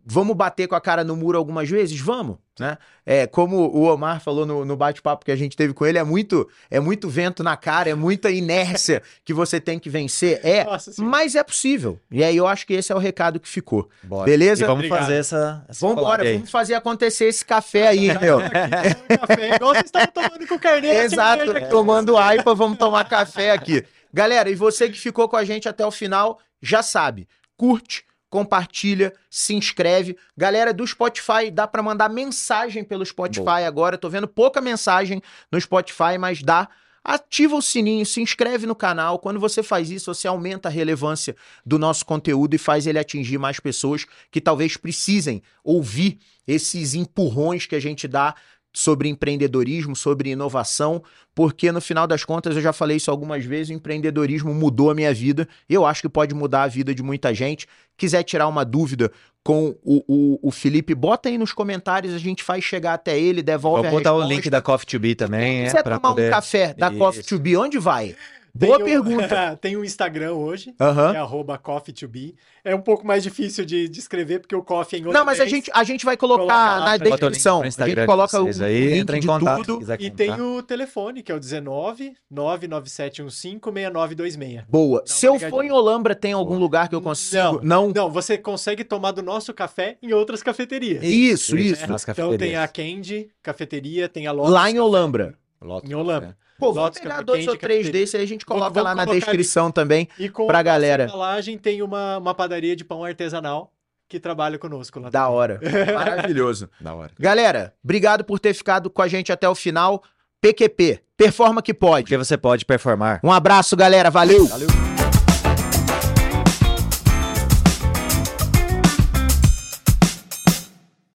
Speaker 1: Vamos bater com a cara no muro algumas vezes? Vamos, né? É, como o Omar falou no, no bate-papo que a gente teve com ele, é muito, é muito vento na cara, é muita inércia que você tem que vencer. É,
Speaker 3: Nossa senhora.
Speaker 1: mas é possível. E aí eu acho que esse é o recado que ficou.
Speaker 2: Bora.
Speaker 1: Beleza?
Speaker 2: E vamos
Speaker 3: Obrigado.
Speaker 2: fazer essa. essa
Speaker 1: Vamos embora,
Speaker 2: collab aí.
Speaker 1: vamos fazer acontecer esse café aí, né? meu.
Speaker 3: Aqui, tá tomando café, igual vocês estavam tomando com o carneiro. a
Speaker 1: Exato,
Speaker 3: cerveja aqui.
Speaker 1: tomando aipa, vamos tomar café aqui. Galera, e você que ficou com a gente até o final, já sabe, curte, compartilha, se inscreve. Galera do Spotify, dá pra mandar mensagem pelo Spotify agora. Tô vendo pouca mensagem no Spotify, mas dá. Ativa o sininho, se inscreve no canal. Quando você faz isso, você aumenta a relevância do nosso conteúdo e faz ele atingir mais pessoas que talvez precisem ouvir esses empurrões que a gente dá sobre empreendedorismo, sobre inovação, porque no final das contas eu já falei isso algumas vezes, o empreendedorismo mudou a minha vida e eu acho que pode mudar a vida de muita gente. Quiser tirar uma dúvida com o, o, o Felipe, bota aí nos comentários, a gente faz chegar até ele, devolve
Speaker 2: Vou
Speaker 1: a
Speaker 2: botar o
Speaker 1: resposta.
Speaker 2: link da Coffee to Be também,
Speaker 1: Quiser
Speaker 2: é, pra
Speaker 1: tomar
Speaker 2: poder.
Speaker 1: um café da
Speaker 2: Isso.
Speaker 1: Coffee to Be, onde vai?
Speaker 3: Tem
Speaker 1: Boa
Speaker 3: um-
Speaker 1: pergunta.
Speaker 3: Tem um Instagram hoje,
Speaker 1: Aham.
Speaker 3: é arroba coffee to be. É um pouco mais difícil de, de escrever, porque o coffee é em
Speaker 1: Não, mas a
Speaker 3: holandês.
Speaker 1: gente, a gente vai colocar
Speaker 3: Coloca lá
Speaker 1: na
Speaker 3: pra-
Speaker 2: Bota o link
Speaker 1: descrição.
Speaker 2: pro
Speaker 1: então. A
Speaker 2: Instagram
Speaker 1: gente
Speaker 2: de
Speaker 1: coloca o
Speaker 2: vocês aí,
Speaker 1: link
Speaker 2: entra em
Speaker 1: de
Speaker 2: contato,
Speaker 1: tudo.
Speaker 2: se quiser
Speaker 3: E tem
Speaker 2: comprar.
Speaker 3: o telefone, que é o 19 997156926.
Speaker 1: Boa.
Speaker 3: uma
Speaker 1: Se eu
Speaker 3: pegadinha.
Speaker 1: for em Olambra, tem algum
Speaker 2: Boa.
Speaker 1: lugar que eu consigo? Não.
Speaker 3: Não, você consegue tomar do nosso café em outras cafeterias.
Speaker 1: Isso,
Speaker 2: Isso,
Speaker 1: isso.
Speaker 2: nas
Speaker 3: Então tem
Speaker 2: cafeterias.
Speaker 3: a Candy, cafeteria, tem a Lotus.
Speaker 1: Lá em Olambra.
Speaker 2: Lotus,
Speaker 3: Em Holanda.
Speaker 2: né?
Speaker 1: Pô, vamos
Speaker 3: Lotus
Speaker 1: pegar
Speaker 3: Café
Speaker 1: dois
Speaker 3: Quente,
Speaker 1: ou três
Speaker 3: cafeteria.
Speaker 1: desses aí, a gente
Speaker 3: Vamos-
Speaker 1: coloca
Speaker 3: vamos
Speaker 1: lá na
Speaker 3: colocar ali.
Speaker 1: descrição também.
Speaker 3: E com
Speaker 1: pra
Speaker 3: a nossa
Speaker 1: galera.
Speaker 3: embalagem tem uma, uma padaria de pão artesanal que trabalha conosco lá.
Speaker 1: Da
Speaker 3: também.
Speaker 1: hora. Maravilhoso.
Speaker 2: Da hora.
Speaker 1: Galera, obrigado por ter ficado com a gente até o final. PQP, performa que pode.
Speaker 2: Porque você pode performar.
Speaker 1: Um abraço, galera. Valeu.
Speaker 2: Valeu.